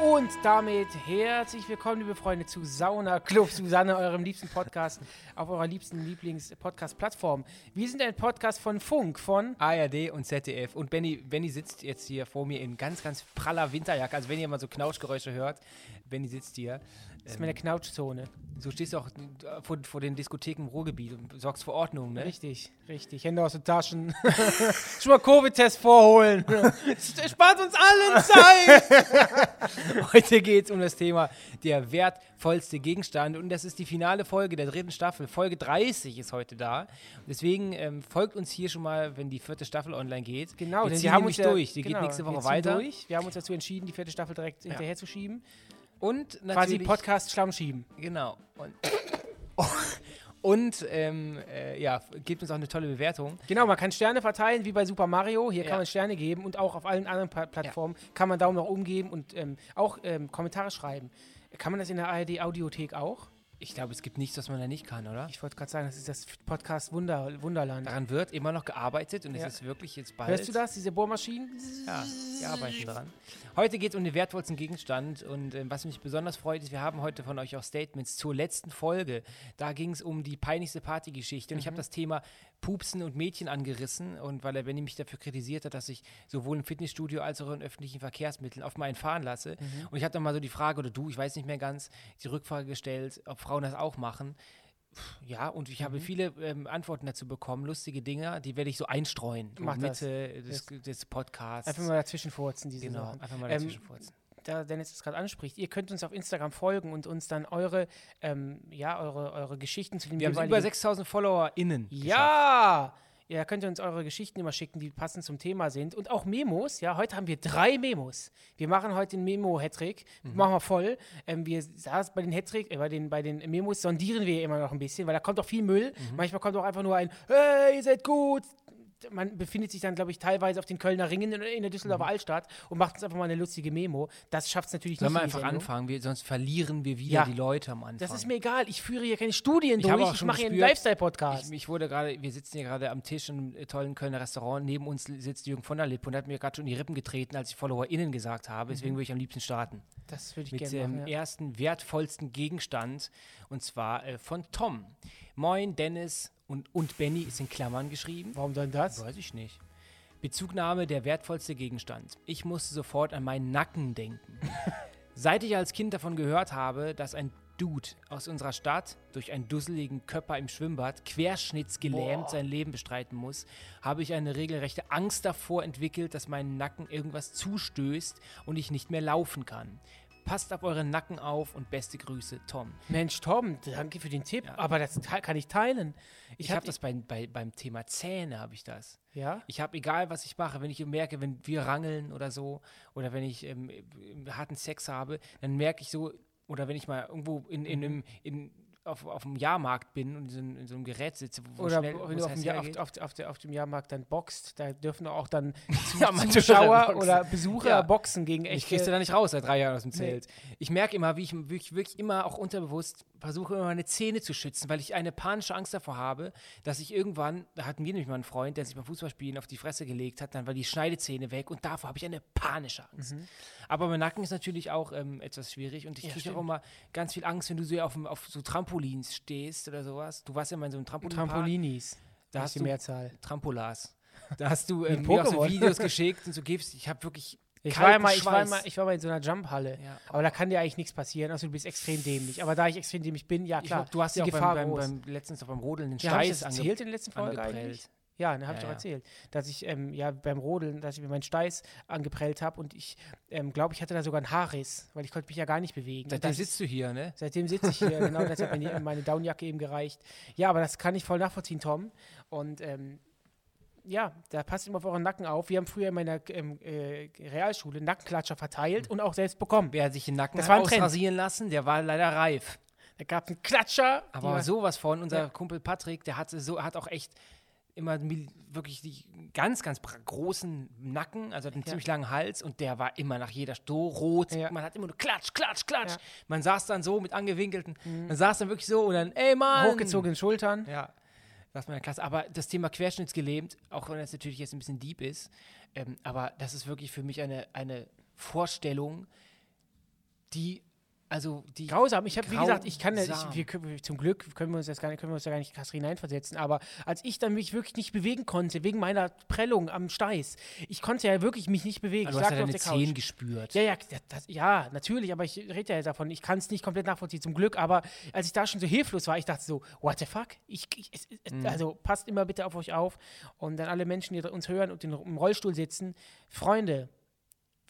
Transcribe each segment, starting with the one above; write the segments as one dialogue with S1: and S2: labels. S1: Und damit herzlich willkommen, liebe Freunde, zu Sauna Club Susanne, eurem liebsten Podcast auf eurer liebsten Lieblings-Podcast-Plattform. Wir sind ein Podcast von Funk, von ARD und ZDF. Und Benny, Benny sitzt jetzt hier vor mir in ganz, ganz praller Winterjacke. Also wenn ihr mal so Knautschgeräusche hört, Benny sitzt hier. Das ist meine Knautschzone. So stehst du auch äh, vor, vor den Diskotheken im Ruhrgebiet und sorgst für Ordnung, ne? Richtig, richtig. Hände Genau, aus den Taschen. Schon mal Covid-Test vorholen. Spart uns allen Zeit. Heute geht es um das Thema der wertvollste Gegenstand. Und das ist die finale Folge der dritten Staffel. Folge 30 ist heute da. Deswegen ähm, folgt uns hier schon mal, wenn die vierte Staffel online geht.
S2: Genau,
S1: wir
S2: denn
S1: ziehen
S2: die haben
S1: nämlich
S2: uns ja-
S1: durch. Die
S2: genau,
S1: geht nächste
S2: wir
S1: Woche
S2: ziehen
S1: weiter.
S2: durch.
S1: Wir haben uns dazu entschieden, die vierte Staffel direkt hinterher zu schieben.
S2: Und
S1: Quasi
S2: natürlich,
S1: Podcast-Schlamm schieben.
S2: Genau. Und,
S1: Und äh,
S2: ähm, äh, ja, gebt uns auch eine tolle Bewertung.
S1: genau, man kann Sterne verteilen, wie bei Super Mario. Hier
S2: Ja.
S1: kann man Sterne geben und auch auf allen anderen Pa- Plattformen kann man Daumen nach oben geben und ähm, auch ähm, Kommentare schreiben. Kann man das in der ARD-Audiothek auch?
S2: Ich glaube, es gibt nichts, was man da nicht kann, oder?
S1: Ich wollte gerade sagen, das ist das Podcast Wunder Wunderland.
S2: Daran wird immer noch gearbeitet und
S1: Ja.
S2: es ist wirklich jetzt bald.
S1: Hörst du das, diese Bohrmaschinen?
S2: Ja, wir arbeiten dran. Heute geht es um den wertvollsten Gegenstand und ähm, was mich besonders freut, ist, wir haben heute von euch auch Statements zur letzten Folge. Da ging es um die peinlichste Partygeschichte und ich habe
S1: Mhm.
S2: das Thema Pupsen und Mädchen angerissen und weil der Benny mich dafür kritisiert hat, dass ich sowohl im Fitnessstudio als auch in öffentlichen Verkehrsmitteln auf meinen fahren lasse
S1: Mhm.
S2: und ich habe dann mal so die Frage oder du, ich weiß nicht mehr ganz, die Rückfrage gestellt, ob Frauen das auch machen. Ja, und ich
S1: Mhm.
S2: habe viele ähm, Antworten dazu bekommen, lustige Dinge, die werde ich so einstreuen.
S1: Mach
S2: in
S1: das.
S2: Mitte des, des Podcasts.
S1: Einfach mal dazwischen furzen, diese
S2: Genau,
S1: Sachen.
S2: einfach mal
S1: Ähm,
S2: dazwischen furzen.
S1: da Dennis es gerade anspricht, ihr könnt uns auf Instagram folgen und uns dann eure, ähm, ja, eure, eure Geschichten zu den
S2: Wir haben
S1: jeweiligen-
S2: über 6000 FollowerInnen. geschafft.
S1: Ja! Ja, könnt ihr uns eure Geschichten immer schicken, die passend zum Thema sind. Und auch Memos, ja, heute haben wir drei Memos. Wir machen heute den Memo-Hattrick,
S2: Mhm.
S1: machen wir voll. Ähm, wir saß bei den Hattrick, äh, bei, den, bei den Memos sondieren wir immer noch ein bisschen, weil da kommt auch viel Müll.
S2: Mhm.
S1: Manchmal kommt auch einfach nur ein, hey, ihr seid gut. Man befindet sich dann, glaube ich, teilweise auf den Kölner Ringen in, in der Düsseldorfer
S2: Mhm.
S1: Altstadt und macht uns einfach mal eine lustige Memo. Das schafft es natürlich
S2: Sollen
S1: nicht.
S2: wir
S1: in die
S2: einfach
S1: Sendung.
S2: anfangen? Wir, sonst verlieren wir wieder
S1: Ja.
S2: die Leute am Anfang.
S1: Das ist mir egal. Ich führe hier keine Studien
S2: Ich habe
S1: durch.
S2: auch
S1: Ich
S2: schon
S1: mache hier einen
S2: gespürt,
S1: Lifestyle-Podcast.
S2: ich, ich wurde gerade, wir sitzen hier gerade am Tisch in einem tollen Kölner Restaurant. Neben uns sitzt Jürgen von der Lippe und hat mir gerade schon in die Rippen getreten, als ich FollowerInnen gesagt habe. Deswegen würde ich am liebsten starten.
S1: Das würde Mhm. ich
S2: Mit
S1: gerne
S2: dem
S1: machen. ja.
S2: ersten wertvollsten Gegenstand und zwar äh, von Tom. Moin, Dennis und, und Benny ist in Klammern geschrieben.
S1: Warum denn das?
S2: Weiß ich nicht. Bezugnahme der wertvollste Gegenstand. Ich musste sofort an meinen Nacken denken. Seit ich als Kind davon gehört habe, dass ein Dude aus unserer Stadt durch einen dusseligen Körper im Schwimmbad querschnittsgelähmt sein Leben bestreiten muss, habe ich eine regelrechte Angst davor entwickelt, dass meinen Nacken irgendwas zustößt und ich nicht mehr laufen kann. Passt auf euren Nacken auf und beste Grüße, Tom.
S1: Mensch, Tom, danke für den Tipp. Aber das te- kann ich teilen. Ich,
S2: Ich habe das bei, bei, beim Thema Zähne, habe ich das.
S1: Ja?
S2: Ich habe, egal was ich mache, wenn ich merke, wenn wir rangeln oder so, oder wenn ich ähm, ähm, harten Sex habe, dann merke ich so, oder wenn ich mal irgendwo in,
S1: Mhm.
S2: in, einem- in, auf, auf dem Jahrmarkt bin und in so, einem- in so einem Gerät sitze, wo
S1: Oder
S2: schnell, wo
S1: wenn
S2: es
S1: du auf dem,
S2: heiß
S1: Jahr, auf,
S2: hergeht.
S1: auf, auf, der- auf dem Jahrmarkt dann boxt, da dürfen doch auch dann
S2: Ja, man dürfte
S1: Zuschauer
S2: dann boxen.
S1: oder Besucher
S2: Ja.
S1: boxen gegen
S2: Ich krieg's ja
S1: echte.
S2: da nicht raus seit drei Jahren aus dem Zelt. Ich merke immer, wie ich m- wirklich, wirklich immer auch unterbewusst versuche, immer meine Zähne zu schützen, weil ich eine panische Angst davor habe, dass ich irgendwann, da hatten wir nämlich mal einen Freund, der sich beim Fußballspielen auf die Fresse gelegt hat, dann war die Schneidezähne weg und davor habe ich eine panische Angst. Aber mein Nacken ist natürlich auch ähm, etwas schwierig und ich
S1: Mhm. Ja,
S2: kriege auch
S1: stimmt.
S2: immer ganz viel Angst, wenn du so auf, dem- auf so Trampolins stehst oder sowas. Du warst ja mal in so einem Trampolinpark.
S1: Trampolinis.
S2: Da
S1: ist
S2: hast
S1: die
S2: du-
S1: Mehrzahl.
S2: Trampolas. Da hast du
S1: Wie
S2: ähm, mir auch so
S1: Pokémon.
S2: Videos geschickt und so gibst. Ich habe wirklich
S1: Ich war,
S2: kalten
S1: mal, ich, war
S2: Schweiß.
S1: mal, ich war mal in so einer Jumphalle.
S2: Ja.
S1: Aber da kann dir eigentlich nichts passieren, außer du bist extrem dämlich. Aber da ich extrem dämlich bin, ja
S2: Ich
S1: klar.
S2: glaub, du hast
S1: die
S2: ja auch
S1: Gefahr
S2: beim, beim,
S1: groß.
S2: beim, letztens auch beim Rodeln den
S1: Ja, hab ich
S2: Steiß
S1: das
S2: ange
S1: erzählt in der letzten Folge
S2: angeprellt.
S1: eigentlich? Ja, ne, habe ich
S2: Ja,
S1: doch
S2: ja.
S1: erzählt, dass ich ähm, ja beim Rodeln, dass ich mir meinen Steiß angeprellt habe und ich ähm, glaube, ich hatte da sogar einen Haarriss, weil ich konnte mich ja gar nicht bewegen. Und
S2: Seitdem
S1: das-
S2: sitzt du hier, ne?
S1: Seitdem sitze ich hier, genau, deshalb hat meine, meine Downjacke eben gereicht. Ja, aber das kann ich voll nachvollziehen, Tom. Und ähm, ja, da passt immer auf euren Nacken auf. Wir haben früher in meiner ähm, äh, Realschule Nackenklatscher
S2: Hm.
S1: verteilt und auch selbst bekommen.
S2: Wer sich den Nacken
S1: Das
S2: hat
S1: war ein Trend.
S2: ausrasieren lassen, der war leider reif.
S1: Da gab es einen Klatscher. die
S2: Aber
S1: war-
S2: sowas von, unser
S1: Ja.
S2: Kumpel Patrick, der hatte so, hat auch echt immer mil- wirklich die ganz, ganz bra- großen Nacken, also hat einen ziemlich langen Hals und der war immer nach jeder Sto rot.
S1: Ja.
S2: Man hat immer nur klatsch, klatsch, klatsch.
S1: Ja. Mhm.
S2: Man saß dann so mit angewinkelten, man saß dann wirklich so und dann, ey Mann!
S1: Hochgezogenen Schultern.
S2: Ja, das ist meine Klasse. Aber das Thema Querschnittsgelähmt, auch wenn das natürlich jetzt ein bisschen deep ist, ähm, aber das ist wirklich für mich eine, eine Vorstellung, die, also die.
S1: Grausam. Ich habe, wie gesagt, ich kann ja-
S2: Grausam.
S1: ich, wir, können- wir- zum Glück können wir uns das gar nicht, können wir uns da gar nicht krass hineinversetzen. Aber als ich dann mich wirklich nicht bewegen konnte wegen meiner Prellung am Steiß, ich konnte ja wirklich mich nicht bewegen.
S2: also du
S1: ich
S2: hast
S1: lag
S2: ja
S1: nur
S2: deine
S1: auf der Couch.
S2: Zehen gespürt.
S1: Ja, ja, das, das, ja, natürlich, aber ich rede ja jetzt davon. Ich kann es nicht komplett nachvollziehen, zum Glück. Aber als ich da schon so hilflos war, ich dachte so, what the fuck? Ich, ich, es- es-
S2: Mhm.
S1: Also passt immer bitte auf euch auf. Und dann alle Menschen, die uns hören und in, im Rollstuhl sitzen, Freunde,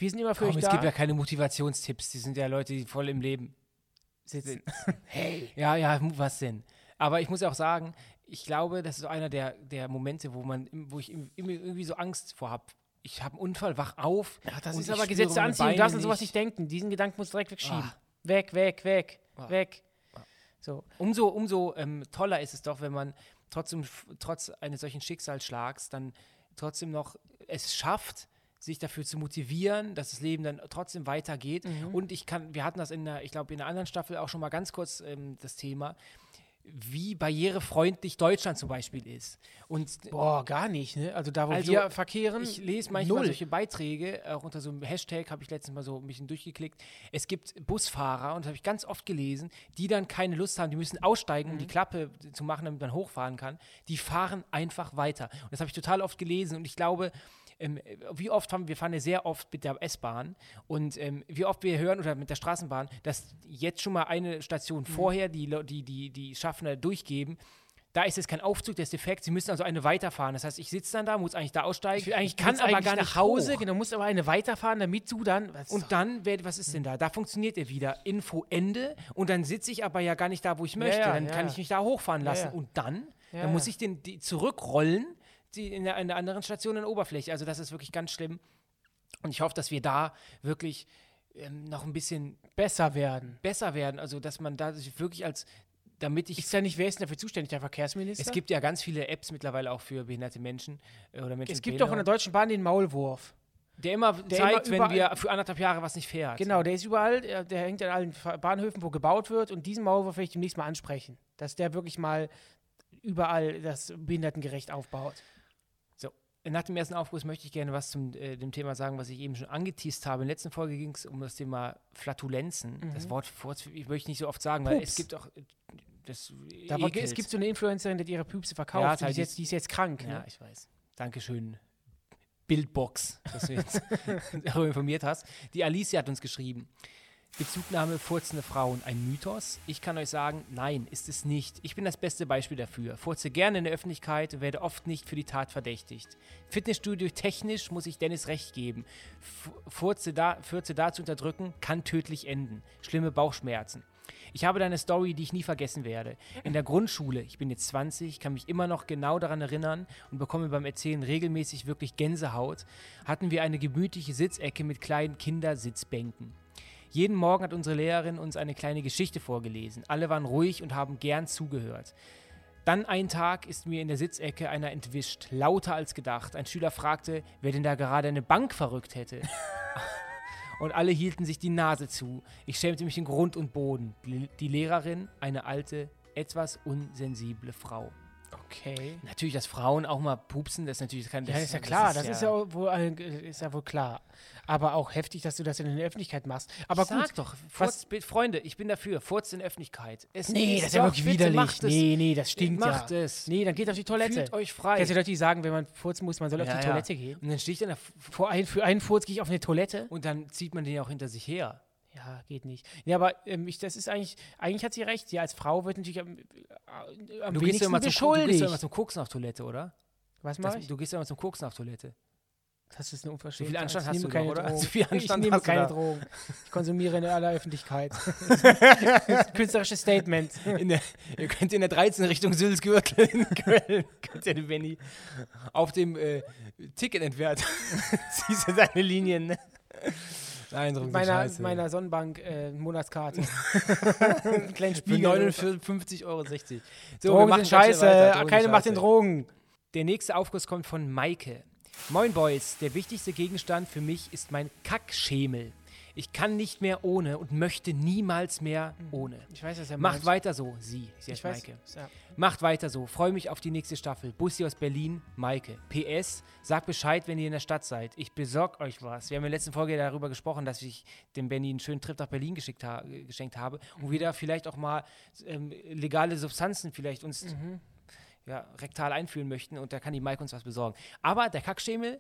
S1: wir sind immer für
S2: Komm,
S1: euch
S2: es gibt ja
S1: da.
S2: keine Motivationstipps, die sind ja Leute, die voll im Leben
S1: Sitzen.
S2: Hey. Ja, ja, mu- was denn? Aber ich muss auch sagen, ich glaube, das ist so einer der, der Momente, wo man, im- wo ich im- immer irgendwie so Angst vor habe. Ich habe einen Unfall, wach auf.
S1: Ach, das
S2: und
S1: ist
S2: ich
S1: aber
S2: spüre
S1: Gesetz der
S2: meine
S1: Anziehung,
S2: Beine
S1: lass uns sowas
S2: nicht.
S1: nicht denken. Diesen Gedanken musst du direkt wegschieben.
S2: Ah.
S1: Weg, weg, weg,
S2: Ah.
S1: weg. So,
S2: Umso, umso ähm, toller ist es doch, wenn man trotzdem, f- trotz eines solchen Schicksalsschlags dann trotzdem noch es schafft, sich dafür zu motivieren, dass das Leben dann trotzdem weitergeht. Und ich kann, wir hatten das in der, ich glaube, in der anderen Staffel auch schon mal ganz kurz ähm, das Thema, wie barrierefreundlich Deutschland zum Beispiel ist. Und
S1: boah, gar nicht, ne? Also da, wo
S2: Also,
S1: wir verkehren,
S2: ich lese manchmal
S1: null.
S2: solche Beiträge, auch unter so einem Hashtag habe ich letztens mal so ein bisschen durchgeklickt. Es gibt Busfahrer, und das habe ich ganz oft gelesen, die dann keine Lust haben, die müssen aussteigen, um die Klappe zu machen, damit man hochfahren kann. Die fahren einfach weiter. Und das habe ich total oft gelesen und ich glaube, ähm, wie oft haben wir fahren ja sehr oft mit der S-Bahn und ähm, wie oft wir hören oder mit der Straßenbahn, dass jetzt schon mal eine
S1: Mhm.
S2: Station vorher die, Lo- die, die, die Schaffner durchgeben, da ist jetzt kein Aufzug, der ist defekt. Sie müssen also eine weiterfahren. Das heißt, ich sitze dann da, muss eigentlich da aussteigen.
S1: Ich eigentlich
S2: kann
S1: kann's
S2: aber
S1: eigentlich
S2: gar nicht
S1: nach Hause,
S2: hoch.
S1: genau, musst aber eine weiterfahren, damit du dann. was- Hm.
S2: Und dann, werd, was ist denn da? Da funktioniert er wieder. Info Ende. Und dann sitze ich aber ja gar nicht da, wo ich möchte.
S1: ja,
S2: dann
S1: ja.
S2: kann ich mich da hochfahren lassen.
S1: ja.
S2: Und dann,
S1: Ja,
S2: dann muss
S1: ja.
S2: ich den die zurückrollen die in, der, in der anderen Station in der Oberfläche. Also das ist wirklich ganz schlimm. Und ich hoffe, dass wir da wirklich ähm, noch ein bisschen
S1: besser werden.
S2: besser werden. Also dass man da sich wirklich als, damit ich
S1: Ist ja nicht, wer ist denn dafür zuständig? Der Verkehrsminister?
S2: Es gibt ja ganz viele Apps mittlerweile auch für behinderte Menschen äh, oder Menschen.
S1: es
S2: mit
S1: gibt doch von der
S2: Behinderung,
S1: Deutschen Bahn den Maulwurf.
S2: der immer zeigt,
S1: überall-
S2: wenn wir für anderthalb Jahre was nicht fährt.
S1: Genau, der ist überall, der, der hängt an allen Fa- Bahnhöfen, wo gebaut wird. Und diesen Maulwurf will ich demnächst mal ansprechen, dass der wirklich mal überall das behindertengerecht aufbaut.
S2: So. Nach dem ersten Aufguss möchte ich gerne was zum äh, dem Thema sagen, was ich eben schon angeteased habe. In der letzten Folge ging es um das Thema Flatulenzen. Das Wort Furz- ich möchte ich nicht so oft sagen, weil
S1: Mhm. Pups.
S2: es gibt auch äh, das
S1: Da war,
S2: ekelt.
S1: es gibt so eine Influencerin, die hat ihre Püpse verkauft.
S2: Ja,
S1: die, ist
S2: die-
S1: jetzt, die ist jetzt krank.
S2: Ja,
S1: Ne?
S2: ich weiß. Dankeschön, Bildbox, dass du jetzt darüber informiert hast. Die Alicia hat uns geschrieben. Bezugnahme furzende Frauen, ein Mythos? Ich kann euch sagen, nein, ist es nicht. Ich bin das beste Beispiel dafür. Furze gerne in der Öffentlichkeit und werde oft nicht für die Tat verdächtigt. Fitnessstudio technisch muss ich Dennis recht geben. Fu- Furze da, Furze da zu unterdrücken, kann tödlich enden. Schlimme Bauchschmerzen. Ich habe da eine Story, die ich nie vergessen werde. In der Grundschule, ich bin jetzt 20, kann mich immer noch genau daran erinnern und bekomme beim Erzählen regelmäßig wirklich Gänsehaut, hatten wir eine gemütliche Sitzecke mit kleinen Kindersitzbänken. Jeden Morgen hat unsere Lehrerin uns eine kleine Geschichte vorgelesen. Alle waren ruhig und haben gern zugehört. Dann ein Tag ist mir in der Sitzecke einer entwischt, lauter als gedacht. Ein Schüler fragte, wer denn da gerade eine Bank verrückt hätte. Und alle hielten sich die Nase zu. Ich schämte mich in Grund und Boden. Die- Die Lehrerin, eine alte, etwas unsensible Frau.
S1: Okay.
S2: Natürlich, dass Frauen auch mal pupsen, das ist natürlich kein.
S1: Ja, das ist ja klar, das ist ja, wohl, ein- ist ja wohl klar. Aber auch heftig, dass du das in der Öffentlichkeit machst. Aber
S2: ich
S1: gut,
S2: sag doch, Furz, be- Freunde, ich bin dafür. Furz in Öffentlichkeit. Es
S1: Nee,
S2: ist
S1: das ist ja
S2: doch-
S1: wirklich
S2: bitte
S1: widerlich.
S2: Macht es.
S1: Nee, nee, das stinkt
S2: Macht
S1: ja.
S2: es.
S1: Nee, dann geht auf die Toilette.
S2: Fühlt euch frei.
S1: Kannst du doch nicht sagen, wenn man furzen muss, man soll auf
S2: Ja,
S1: die
S2: ja.
S1: Toilette gehen?
S2: Und dann stehe ich dann da f- f-
S1: Vor ein, für einen Furz gehe ich auf eine Toilette?
S2: und dann zieht man den ja auch hinter sich her.
S1: Ja, geht nicht. Ja, aber ähm, ich, das ist eigentlich, eigentlich hat sie recht. Ja, als Frau wird natürlich ähm, am, äh, am
S2: Du gehst,
S1: wenigsten
S2: ja immer zum, Ku- du gehst
S1: beschuldigt.
S2: ja immer zum Koksen auf Toilette, oder?
S1: Was
S2: Das,
S1: mach ich?
S2: du gehst ja immer zum Koksen auf Toilette.
S1: Das ist eine
S2: So
S1: Unverschämtheit.
S2: viel Anstand
S1: ich
S2: hast
S1: nehme
S2: du
S1: keine
S2: noch, oder?
S1: Drogen.
S2: So viel
S1: ich
S2: Anstand
S1: nehme
S2: hast du
S1: keine
S2: da.
S1: Drogen. Ich konsumiere in aller Öffentlichkeit. Künstlerisches Statement.
S2: In der, ihr könnt in der 13 Richtung Sülzgürtel in Köln, könnt ihr den Benny auf dem äh, Ticket entwerten. Siehst du seine Linien, ne? Nein, drum
S1: Mit
S2: die
S1: meiner,
S2: Scheiße.
S1: meiner Sonnenbank äh, Monatskarte. Einen kleinen
S2: Für
S1: Spiegel.
S2: 59,60 Euro. So,
S1: Drogen sind
S2: schnell
S1: scheiße.
S2: weiter. Drogen
S1: Keine
S2: sind
S1: macht den
S2: scheiße.
S1: Drogen.
S2: Der nächste Aufguss kommt von Maike. Moin Boys, der wichtigste Gegenstand für mich ist mein Kackschemel. Ich kann nicht mehr ohne und möchte niemals mehr ohne.
S1: Ich weiß, was er
S2: Macht
S1: meint.
S2: weiter so, sie. Sie heißt
S1: Ich weiß.
S2: Maike.
S1: Ja.
S2: Macht weiter so. Freue mich auf die nächste Staffel. Bussi aus Berlin, Maike. PS, sagt Bescheid, wenn ihr in der Stadt seid. Ich besorg euch was. Wir haben in der letzten Folge darüber gesprochen, dass ich dem Benny einen schönen Trip nach Berlin geschickt ha äh, geschenkt habe und wir da vielleicht auch mal ähm, legale Substanzen vielleicht uns ja, rektal einführen möchten und da kann die Maike uns was besorgen. Aber der Kackschemel,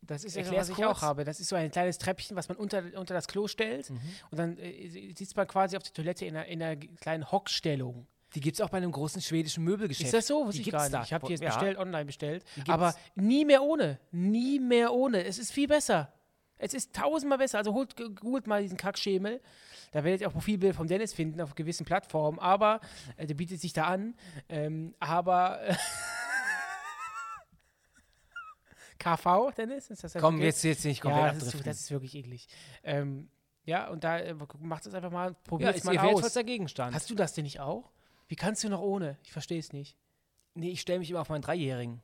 S1: Das ist ja so,
S2: Äh, Erklär's
S1: was ich
S2: kurz.
S1: auch habe. Das ist so ein kleines Treppchen, was man unter, unter das Klo stellt.
S2: Mhm.
S1: Und dann äh, sitzt man quasi auf der Toilette in einer, in einer kleinen Hockstellung.
S2: die gibt es auch bei einem großen schwedischen Möbelgeschäft.
S1: Ist das so? Wusste
S2: Die
S1: ich
S2: gibt's
S1: gar nicht.
S2: da.
S1: Ich habe die jetzt
S2: Ja.
S1: bestellt, online bestellt.
S2: gibt's.
S1: Aber nie mehr ohne. Nie mehr ohne. Es ist viel besser. Es ist tausendmal besser. Also holt, g- googelt mal diesen Kackschemel. Da werdet ihr auch Profilbilder vom Dennis finden auf gewissen Plattformen. Aber äh, der bietet sich da an. Ähm, aber. äh, KV, Dennis? Ist das
S2: Komm,
S1: okay?
S2: jetzt, jetzt nicht komplett
S1: Ja,
S2: ja,
S1: das ist, zu- das ist wirklich eklig. Ähm, ja, und da äh, macht es einfach mal,
S2: Ja,
S1: probiert es
S2: ist
S1: mal
S2: ihr wertvollster
S1: aus.
S2: Gegenstand.
S1: Hast du das denn nicht auch? Wie kannst du noch ohne? Ich verstehe es nicht.
S2: Nee, ich stelle mich immer auf meinen Dreijährigen.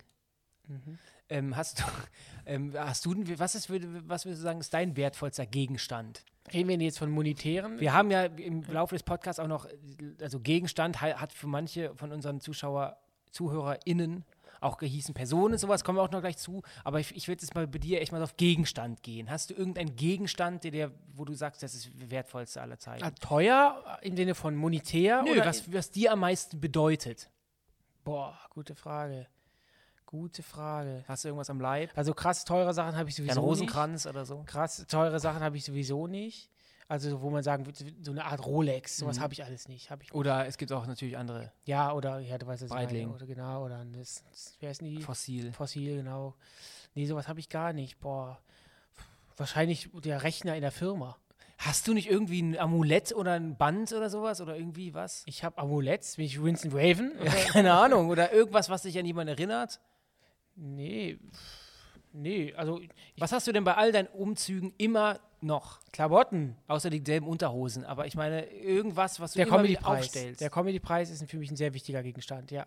S2: Ähm, hast du, ähm, hast du, denn- was ist, würde- was würdest du sagen, ist dein wertvollster Gegenstand?
S1: Reden wir denn jetzt von monetären?
S2: Wir haben ja im Laufe des Podcasts auch noch, äh, also Gegenstand ha- hat für manche von unseren Zuschauer, ZuhörerInnen auch gehießen Personen, sowas kommen wir auch noch gleich zu, aber ich, ich würde jetzt mal bei dir echt mal auf Gegenstand gehen. Hast du irgendeinen Gegenstand, der dir, wo du sagst, das ist der wertvollste aller Zeiten?
S1: Ah, teuer im Sinne von monetär?
S2: Nö,
S1: oder
S2: was, was dir am meisten bedeutet.
S1: Boah, gute Frage. Gute Frage.
S2: Hast du irgendwas am Leib?
S1: Also krass teure Sachen habe ich sowieso
S2: Ein Rosenkranz oder so?
S1: nicht. Krass teure Sachen habe ich sowieso nicht. Also wo man sagen würde, so eine Art Rolex,
S2: Mhm.
S1: sowas habe ich alles nicht. Hab ich,
S2: Oder es gibt auch natürlich andere.
S1: ja, oder, ja, du weißt, was ich meine,
S2: Breitling.
S1: Oder genau, oder ein- das, das, wer ist denn die?
S2: Fossil.
S1: Fossil, genau. Nee, sowas habe ich gar nicht. Boah. Wahrscheinlich der Rechner in der Firma.
S2: Hast du nicht irgendwie ein Amulett oder ein Band oder sowas oder irgendwie was?
S1: Ich habe Amuletts, bin ich Winston Raven? Oder?
S2: Keine Ahnung. Oder irgendwas, was dich an jemanden erinnert?
S1: Nee. pff, Nee, also
S2: Was hast du denn bei all deinen Umzügen immer noch?
S1: Klamotten.
S2: Außer die gelben Unterhosen. Aber ich meine, irgendwas, was du
S1: Der
S2: immer wieder
S1: Comedy-Preis.
S2: aufstellst.
S1: Der Comedy-Preis ist für mich ein sehr wichtiger Gegenstand, ja.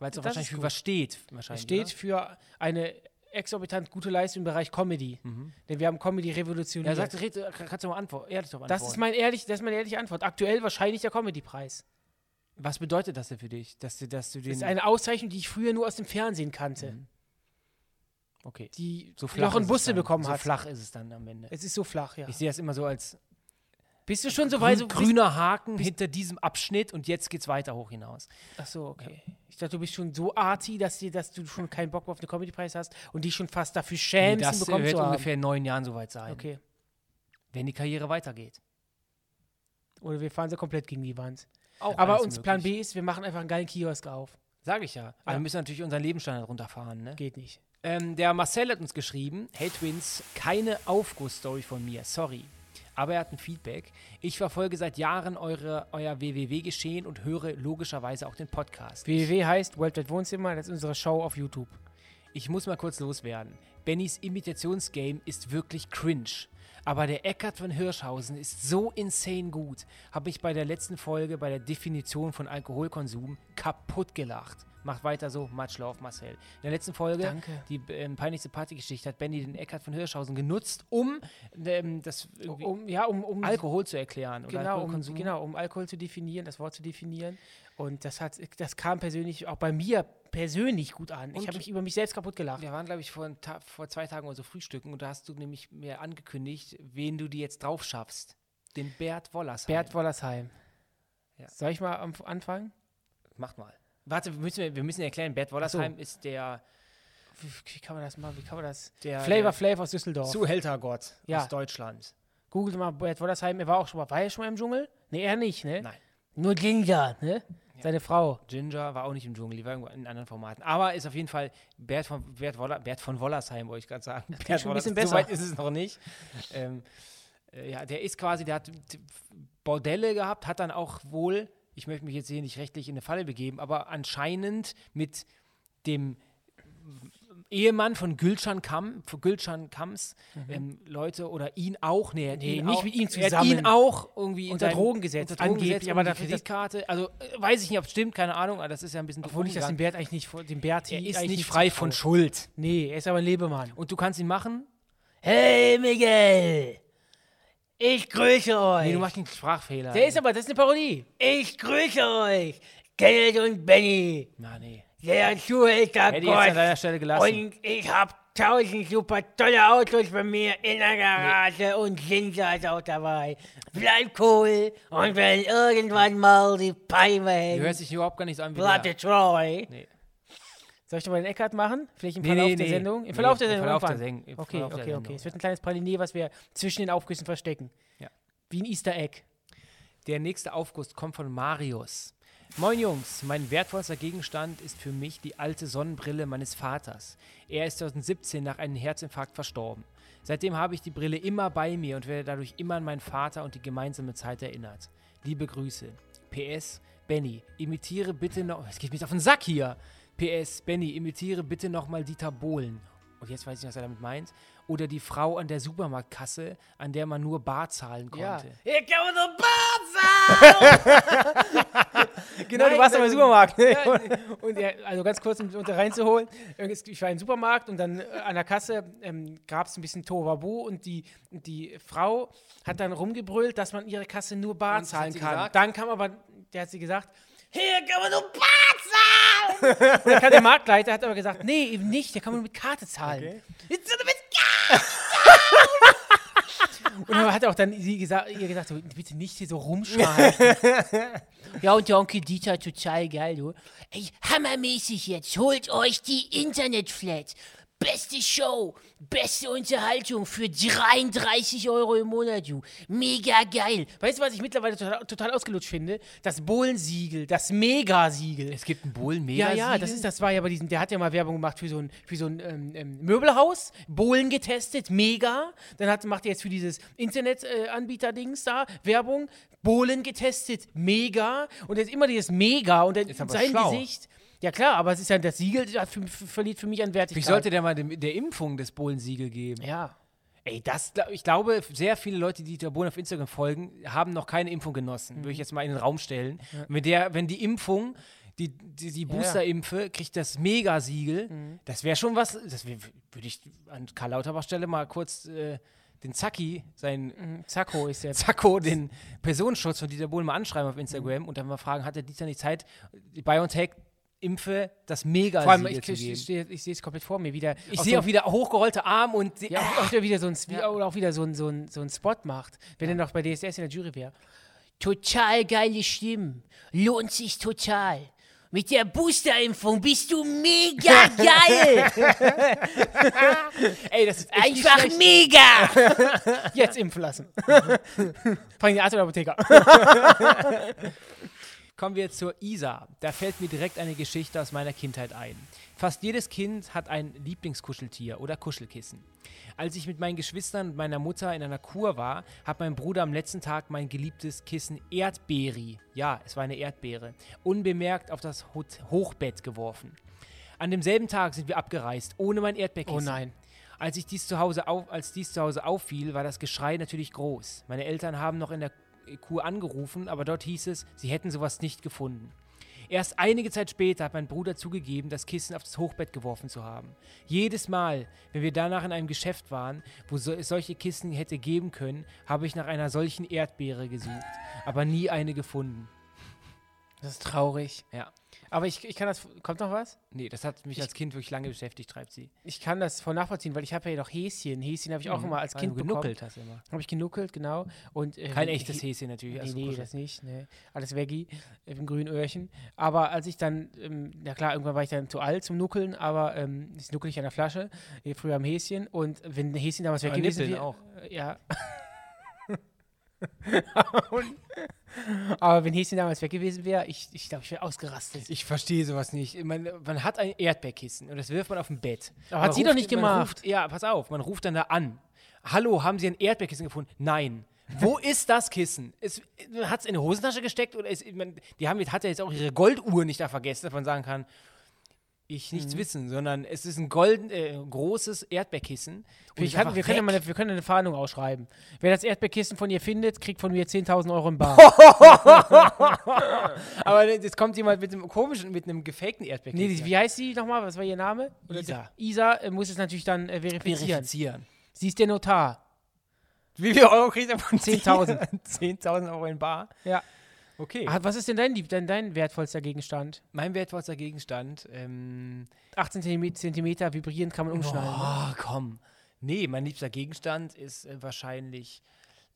S2: Weil es auch
S1: Das
S2: wahrscheinlich
S1: ist
S2: für
S1: gut.
S2: was steht.
S1: Es
S2: Wahrscheinlich, ne?
S1: steht für eine exorbitant gute Leistung im Bereich Comedy. Denn wir haben Comedy
S2: Oder? Mhm. Ja,
S1: revolutioniert.
S2: sag, red, äh, kannst du mal antworten. Ehrlich doch
S1: das,
S2: antworten.
S1: ist mein ehrlich, das ist meine ehrliche Antwort. Aktuell wahrscheinlich der Comedy-Preis.
S2: was bedeutet das denn für dich? Dass du, dass du den. Mhm.
S1: Das ist eine Auszeichnung, die ich früher nur aus dem Fernsehen kannte.
S2: okay.
S1: Die
S2: So flach
S1: noch einen
S2: ist es
S1: Busse
S2: dann.
S1: bekommen
S2: so
S1: hat.
S2: flach ist es dann am Ende.
S1: Es ist so flach, ja.
S2: Ich sehe das immer so als
S1: Bist du schon so
S2: grün,
S1: weit? So
S2: grüner Haken hinter diesem Abschnitt und jetzt geht's weiter hoch hinaus.
S1: Ach so, okay. Ich dachte, du bist schon so arty, dass, dir, dass du schon keinen Bock mehr auf den Comedy-Preis hast und dich schon fast dafür schämst, ihn
S2: das
S1: Äh, bekommen
S2: wird
S1: zu haben.
S2: ungefähr in neun Jahren soweit sein,
S1: Okay.
S2: wenn die Karriere weitergeht.
S1: Oder wir fahren sie komplett gegen die Wand.
S2: Auch
S1: Aber
S2: alles
S1: uns Plan
S2: möglich.
S1: B ist, wir machen einfach einen geilen Kiosk auf.
S2: Sag ich ja. Aber Also wir müssen natürlich unseren Lebensstandard runterfahren. Ne?
S1: Geht nicht.
S2: Ähm, der Marcel hat uns geschrieben: Hey Twins, keine Aufguss-Story von mir, sorry. Aber er hat ein Feedback. Ich verfolge seit Jahren eure, euer WWW-Geschehen und höre logischerweise auch den Podcast.
S1: www heißt World Wide Wohnzimmer, das ist unsere Show auf YouTube.
S2: Ich muss mal kurz loswerden. Bennys Imitationsgame ist wirklich cringe. Aber der Eckart von Hirschhausen ist so insane gut. Habe ich bei der letzten Folge bei der Definition von Alkoholkonsum kaputt gelacht. Macht weiter so, much love, Marcel. In der letzten Folge,
S1: Danke.
S2: die ähm, peinlichste Partygeschichte, hat Benny den Eckart von Hirschhausen genutzt, um ähm, das irgendwie
S1: Um, ja, um, um
S2: Alkohol zu erklären. Oder
S1: genau, um,
S2: Alkoholkonsum.
S1: genau, um Alkohol zu definieren, das Wort zu definieren. Und das hat, das kam persönlich auch bei mir persönlich gut an.
S2: Und-
S1: ich habe mich über mich selbst kaputt gelacht.
S2: Wir waren, glaube ich, vor, ein Ta- vor zwei Tagen oder so frühstücken und da hast du nämlich mir angekündigt, wen du dir jetzt drauf schaffst. Den Bert Wollers.
S1: Bert Wollersheim.
S2: Ja.
S1: Soll ich mal am Anfang?
S2: Macht mal. Warte, wir müssen, wir müssen erklären, Bert Wollersheim ist der,
S1: Wie wie kann man das machen? Wie kann man das?
S2: der
S1: Flavor
S2: der
S1: Flav aus Düsseldorf.
S2: Zuhältergott
S1: Ja.
S2: aus Deutschland.
S1: Googelt mal Bert Wollersheim. Er war auch schon mal, war er schon mal im Dschungel? Nee, er nicht, ne?
S2: Nein.
S1: Nur Ginger, ne? Seine Frau.
S2: Ginger war auch nicht im Dschungel, die war irgendwo in anderen Formaten. Aber ist auf jeden Fall Bert von, Bert Woller, Bert von Wollersheim, wollte ich gerade sagen. Bert
S1: schon ein bisschen
S2: Wollers-
S1: besser.
S2: So weit ist es noch nicht. ähm, äh, ja, der ist quasi, der hat t- Bordelle gehabt, hat dann auch wohl, ich möchte mich jetzt hier nicht rechtlich in eine Falle begeben, aber anscheinend mit dem Ehemann von Gülcan Kam, von Gülcan Kams, ähm, Leute oder ihn auch, nee, er hat
S1: Mhm. Nee,
S2: ihn
S1: nicht
S2: auch,
S1: mit ihm
S2: Er hat
S1: zusammen.
S2: ihn auch irgendwie in
S1: Unter
S2: seinen-
S1: Drogen gesetzt,
S2: unter Drogen
S1: angeblich,
S2: gesetzt,
S1: aber
S2: aber die
S1: dafür- das-
S2: Kreditkarte, also äh, weiß ich nicht, ob es stimmt, keine Ahnung, aber das ist ja ein bisschen
S1: Obwohl ich das dem
S2: gegangen.
S1: Bert eigentlich nicht, vor- dem Berti
S2: er ist
S1: eigentlich
S2: nicht frei von
S1: zutraue.
S2: Schuld.
S1: Nee, er ist aber ein Lebemann.
S2: Und du kannst ihn machen. Hey Miguel, ich grüße euch. Nee, du machst einen Sprachfehler.
S1: Der ist aber, das ist eine Parodie.
S3: Ich grüße euch, Gerrit und Benny.
S2: Na nee.
S3: Der Zuhälter
S2: Hätte ich jetzt an
S3: Gott.
S2: deiner Stelle gelassen.
S3: Und ich hab tausend super tolle Autos bei mir in der Garage und Ginger ist auch dabei. Bleib cool und wenn irgendwann mal die Palme
S2: Du
S3: hängt,
S2: hörst dich überhaupt gar nicht so an wie
S3: Platte treu.
S2: Nee.
S1: Soll ich nochmal den Eckart machen? Vielleicht im
S2: Nee,
S1: Verlauf
S2: nee,
S1: der
S2: nee.
S1: Sendung? Im
S2: Nee,
S1: Verlauf der
S2: im
S1: Sendung.
S2: Verlauf der
S1: irgendwann.
S2: Sen- im
S1: Okay,
S2: Verlauf der
S1: okay, okay.
S2: Sendung.
S1: Es wird ein kleines Praliné, was wir zwischen den Aufgüssen verstecken.
S2: Ja.
S1: Wie ein Easter Egg.
S2: Der nächste Aufguss kommt von Marius. Moin Jungs, mein wertvollster Gegenstand ist für mich die alte Sonnenbrille meines Vaters. Er ist 2017 nach einem Herzinfarkt verstorben. Seitdem habe ich die Brille immer bei mir und werde dadurch immer an meinen Vater und die gemeinsame Zeit erinnert. Liebe Grüße. PS, Benny, imitiere bitte noch. Es geht mich auf den Sack hier. PS, Benny, imitiere bitte nochmal Dieter Bohlen. Und jetzt weiß ich, was er damit meint. Oder die Frau an der Supermarktkasse, an der man nur bar zahlen konnte.
S3: Hier kommt der
S1: Genau,
S2: Nein,
S1: du warst aber im
S2: also-
S1: Supermarkt. Ne? Und, und er, also ganz kurz, um unter reinzuholen, irgendwas- ich war im Supermarkt und dann äh, an der Kasse ähm, gab es ein bisschen Tohuwabu und die, die Frau hat dann rumgebrüllt, dass man ihre Kasse nur bar
S2: Und was hat
S1: zahlen
S2: sie
S1: kann.
S2: gesagt?
S1: Dann kam aber, der hat sie gesagt,
S3: Hier kommt der Barzer!
S1: und dann kam der Marktleiter, hat aber gesagt, nee, eben nicht, der kann man mit Karte zahlen.
S3: Jetzt sind wir mit
S1: Und dann hat auch dann sie gesagt, ihr gesagt, so, bitte nicht hier so rumschreien. ja, und der Onkel Oh, Dieter hat total geil, du.
S3: Ey, hammermäßig jetzt. Holt euch die Internetflat. Beste Show, beste Unterhaltung für 33 Euro im Monat, du. Mega geil.
S1: Weißt du, was ich mittlerweile total, total ausgelutscht finde? Das Bohlensiegel, das Megasiegel.
S2: Es gibt einen Bohlen
S1: Ja,
S2: mega
S1: ja, das, ist, das war ja bei diesem, der hat ja mal Werbung gemacht für so ein, für so ein ähm, ähm, Möbelhaus, Bohlen getestet, mega. Dann hat, macht er jetzt für dieses Internet-Anbieter-Dings da Werbung, Bohlen getestet, mega. Und jetzt immer dieses Mega und dann
S2: aber
S1: sein
S2: schlau.
S1: Gesicht. Ja klar, aber es ist ja das Siegel, das hat für, für, verliert für mich an Wertigkeit.
S2: Ich sollte der mal dem, der Impfung das Bohlensiegel geben.
S1: Ja.
S2: Ey, das, gla- ich glaube, sehr viele Leute, die Dieter Bohlen auf Instagram folgen, haben noch keine Impfung genossen.
S1: Mhm.
S2: Würde ich jetzt mal in den Raum stellen. Mit der, wenn die Impfung, die, die, die Booster-Impfe, kriegt das Megasiegel.
S1: Mhm.
S2: Das wäre schon was. Das wär- würde ich an Karl Lauterbach Stelle mal kurz äh, den Zacki, seinen
S1: Zacko ist der.
S2: Zacko den Personenschutz von Dieter Bohlen mal anschreiben auf Instagram und dann mal fragen, hat der Dieter nicht Zeit, die BioNTech-Impfe, das mega
S1: Vor allem,
S2: Siegel
S1: ich,
S2: zu
S1: ich,
S2: geben.
S1: ich, sehe- ich sehe es komplett vor mir wieder.
S2: Ich
S1: auf
S2: sehe
S1: so-
S2: auch wieder hochgerollte Arme und
S1: Ja, auch, auch wieder so ein, Zwie- Oder auch wieder so ein, so ein, so ein Spot macht, wenn er noch bei DSDS in der Jury wäre.
S3: Total geile Stimmen. Lohnt sich total. Mit der Boosterimpfung bist du mega geil.
S1: Ey, das ist echt nicht
S3: Einfach
S1: schlecht.
S3: mega.
S1: jetzt impfen lassen. Vor allem die Arzt oder Apotheker.
S2: Kommen wir zur Isa. Da fällt mir direkt eine Geschichte aus meiner Kindheit ein. Fast jedes Kind hat ein Lieblingskuscheltier oder Kuschelkissen. Als ich mit meinen Geschwistern und meiner Mutter in einer Kur war, hat mein Bruder am letzten Tag mein geliebtes Kissen Erdbeeri, ja, es war eine Erdbeere, unbemerkt auf das Hot- Hochbett geworfen. An demselben Tag sind wir abgereist, ohne mein Erdbeerkissen.
S1: Oh nein.
S2: Als, ich dies zu Hause auf, als dies zu Hause auffiel, war das Geschrei natürlich groß. Meine Eltern haben noch in der Kur angerufen, aber dort hieß es, sie hätten sowas nicht gefunden. Erst einige Zeit später hat mein Bruder zugegeben, das Kissen auf das Hochbett geworfen zu haben. Jedes Mal, wenn wir danach in einem Geschäft waren, wo so, es solche Kissen hätte geben können, habe ich nach einer solchen Erdbeere gesucht, aber nie eine gefunden.
S1: Das ist traurig.
S2: Ja.
S1: Aber ich, ich kann das. Kommt noch was?
S2: Nee, das hat mich
S1: Ich-
S2: als Kind wirklich lange beschäftigt, schreibt sie.
S1: Ich kann das voll nachvollziehen, weil ich habe ja noch Häschen. Häschen habe ich auch immer als
S2: Mhm. Weil du
S1: Kind bekommen.
S2: genuckelt hast du immer.
S1: Habe ich genuckelt, genau. Und, äh,
S2: Kein
S1: wenn-
S2: echtes
S1: Hä-
S2: Häschen natürlich.
S1: Nee,
S2: also
S1: nee,
S2: Kuschel-
S1: das nicht. Nee. Alles Veggie äh, im grünen Öhrchen. Aber als ich dann, ähm, na klar, irgendwann war ich dann zu alt zum Nuckeln, aber ähm, jetzt nuckel ich an der Flasche, äh, früher am Häschen. Und wenn ein Häschen damals weg
S2: Aber
S1: gewesen
S2: nippeln
S1: wäre.
S2: auch.
S1: Äh, ja. aber wenn Häschen damals weg gewesen wäre, ich glaube, ich, glaub, ich wäre ausgerastet.
S2: Ich verstehe sowas nicht. Ich meine, man hat ein Erdbeerkissen und das wirft man auf dem Bett.
S1: Aber
S2: Man
S1: hat sie doch nicht
S2: man
S1: gemacht.
S2: Ruft, ja, pass auf, man ruft dann da an. Hallo, haben Sie ein Erdbeerkissen gefunden? Nein. Wo ist das Kissen? Es, man hat es in die Hosentasche gesteckt oder ist, man, die haben, jetzt- hat ja jetzt auch ihre Golduhr nicht da vergessen, dass man sagen kann, ich nichts
S1: Mhm.
S2: wissen, sondern es ist ein golden, äh, großes Erdbeerkissen. Und
S1: Ich
S2: ist
S1: kann,
S2: einfach
S1: wir, können ja
S2: weg.
S1: mal eine, wir können eine Fahndung ausschreiben. Wer das Erdbeerkissen von ihr findet, kriegt von mir 10.000 Euro im Bar.
S2: Aber jetzt kommt jemand mit einem komischen, mit einem gefakten Erdbeerkissen.
S1: nee, die- wie heißt sie nochmal? Was war ihr Name?
S2: Isa.
S1: Isa äh, muss es natürlich dann äh, verifizieren.
S2: verifizieren.
S1: Sie ist der Notar.
S2: Wie viel Euro kriegt er von
S1: 10.000?
S2: 10.000 Euro in Bar.
S1: Ja.
S2: Okay.
S1: Ah, was ist denn dein, lieb- dein, dein wertvollster Gegenstand?
S2: Mein wertvollster Gegenstand. Ähm,
S1: 18 Zentimet- Zentimeter vibrierend kann man umschneiden. ne?
S2: oh, komm. Nee, mein liebster Gegenstand ist äh, wahrscheinlich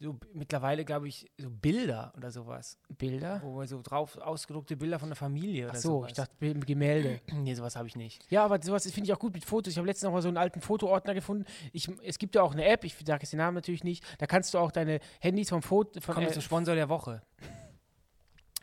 S2: so b- mittlerweile, glaube ich, so Bilder oder sowas.
S1: Bilder?
S2: Wo man so drauf ausgedruckte Bilder von der Familie
S1: Ach
S2: oder
S1: so,
S2: sowas.
S1: ich dachte Bild- Gemälde.
S2: Nee, sowas habe ich nicht.
S1: Ja, aber sowas finde ich auch gut mit Fotos. Ich habe letztens noch mal so einen alten Fotoordner gefunden. Ich, es gibt ja auch eine App, ich sage jetzt den Namen natürlich nicht. Da kannst du auch deine Handys vom Foto, von,
S2: Kommen wir
S1: äh,
S2: zum Sponsor der Woche.